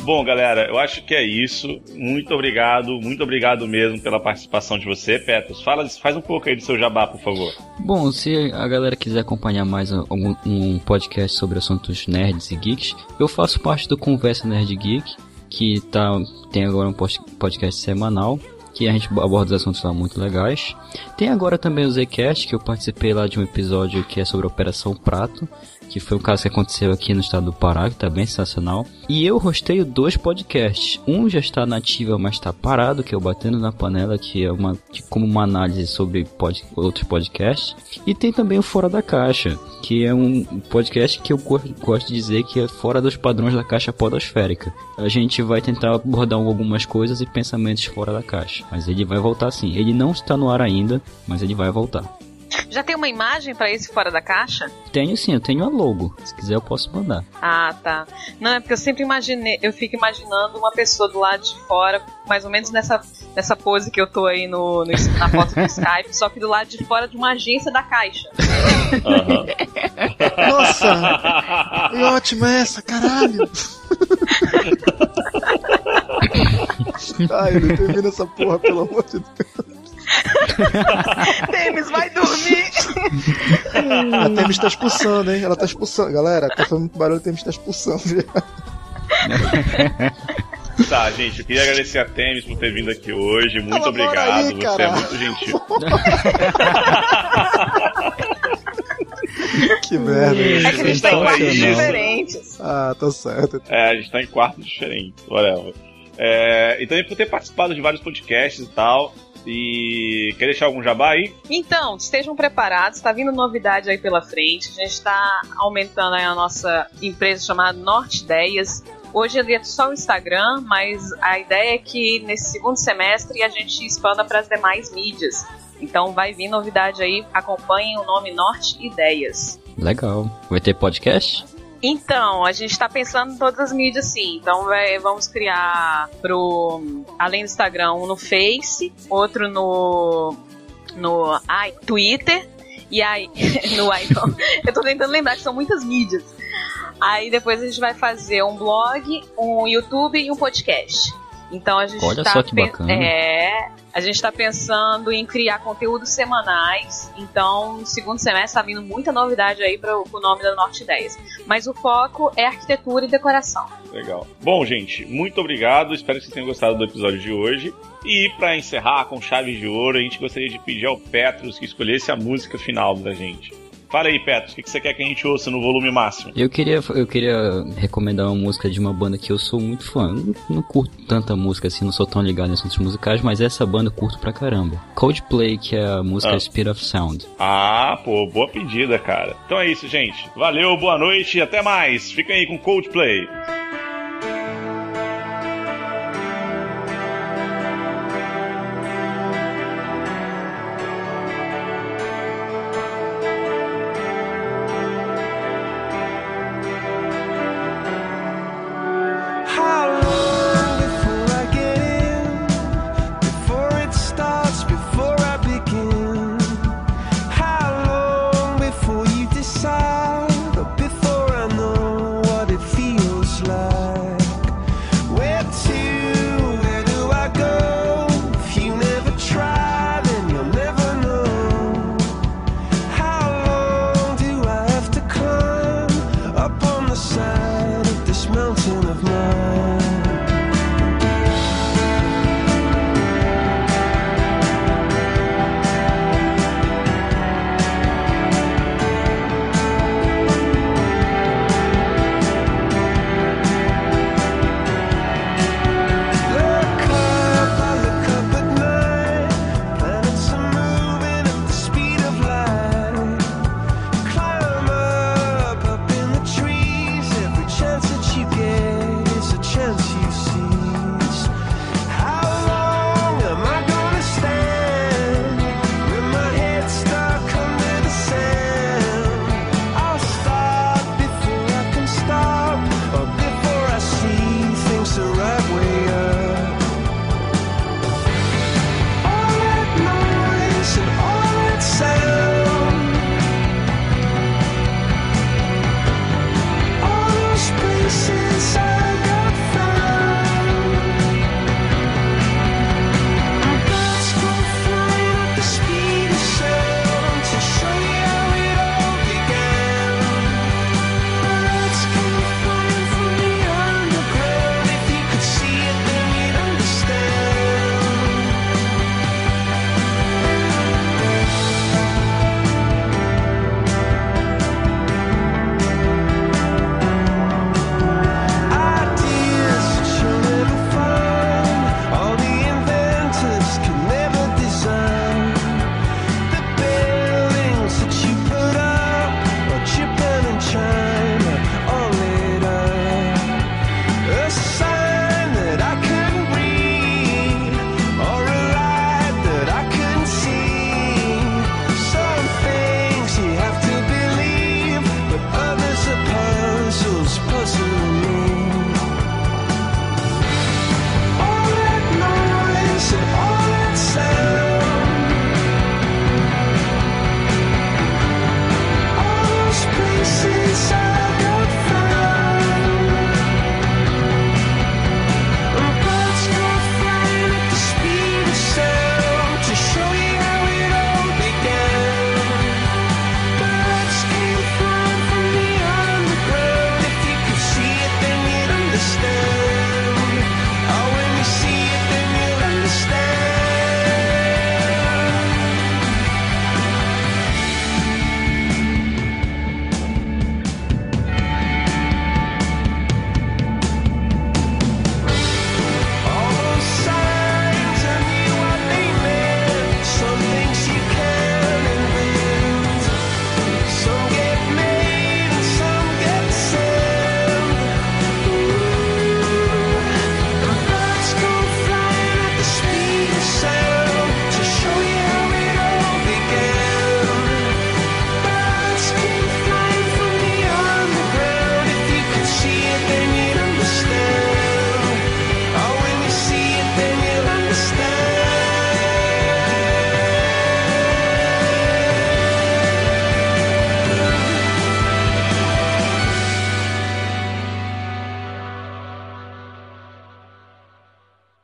Bom, galera, eu acho que é isso. Muito obrigado, muito obrigado mesmo pela participação de você, Petros. Fala, faz um pouco aí do seu jabá, por favor.
Bom, se a galera quiser acompanhar mais algum, um podcast sobre assuntos nerds e geeks, eu faço parte do Conversa Nerd Geek, que tá, tem agora um post- podcast semanal, que a gente aborda os assuntos lá muito legais. Tem agora também o Zcast, que eu participei lá de um episódio que é sobre a Operação Prato, que foi um caso que aconteceu aqui no estado do Pará, que tá bem sensacional. E eu rosteio dois podcasts. Um já está nativa, mas está parado, que é o Batendo na Panela, que é uma que- como uma análise sobre pod- outros podcasts. E tem também o Fora da Caixa, que é um podcast que eu go- gosto de dizer que é fora dos padrões da caixa podosférica. A gente vai tentar abordar algumas coisas e pensamentos fora da caixa. Mas ele vai voltar sim. Ele não está no ar ainda, mas ele vai voltar.
Já tem uma imagem pra esse fora da caixa?
Tenho sim, eu tenho a logo. Se quiser eu posso mandar.
Ah, tá. Não, é porque eu sempre imaginei, eu fico imaginando uma pessoa do lado de fora, mais ou menos nessa, nessa pose que eu tô aí no, no- na foto do Skype, só que do lado de fora de uma agência da Caixa.
Aham.
Nossa! E ótima é essa, caralho! Ai, não termina essa porra, pelo amor de Deus.
Demis, vai dormir!
A Temis tá expulsando, hein? Ela tá expulsando. Galera, tá fazendo muito barulho, a Temis tá expulsando.
tá, gente, eu queria agradecer a Temis por ter vindo aqui hoje. Muito
Ela mora
obrigado,
aí,
você
cara.
é muito gentil.
Que merda.
É que eles têm
Então é
quartos
isso.
diferentes.
Ah, tá certo.
É, a gente tá em quartos diferentes, whatever. É, e também por ter participado de vários podcasts e tal. E quer deixar algum jabá aí?
Então, estejam preparados, tá vindo novidade aí pela frente. A gente tá aumentando aí a nossa empresa chamada Norte Ideias. Hoje ele é só o Instagram, mas a ideia é que nesse segundo semestre a gente expanda para as demais mídias. Então vai vir novidade aí, acompanhem o nome Norte Ideias.
Legal. Vai ter podcast?
Então, a gente tá pensando em todas as mídias sim. Então vai- vamos criar pro além do Instagram, um no Face, outro no no ai, Twitter e aí no ai, não. Eu tô tentando lembrar que são muitas mídias. Aí depois a gente vai fazer um blog, um YouTube e um podcast. Então a gente
Olha
tá
só que
pen-
bacana.
É, a gente tá pensando em criar conteúdos semanais. Então, no segundo semestre tá vindo muita novidade aí para o nome da Norte 10. Mas o foco é arquitetura e decoração.
Legal. Bom, gente, muito obrigado. Espero que vocês tenham gostado do episódio de hoje. E pra encerrar com chaves de ouro, a gente gostaria de pedir ao Petros que escolhesse a música final da gente. Fala aí, Petros, o que que você quer que a gente ouça no volume máximo?
Eu queria, eu queria recomendar uma música de uma banda que eu sou muito fã. Eu não curto tanta música assim, não sou tão ligado em assuntos musicais, mas essa banda eu curto pra caramba. Coldplay, que é a música
Ah.
Speed of Sound.
Ah, pô, boa pedida, cara. Então é isso, gente. Valeu, boa noite e até mais. Fiquem aí com Coldplay.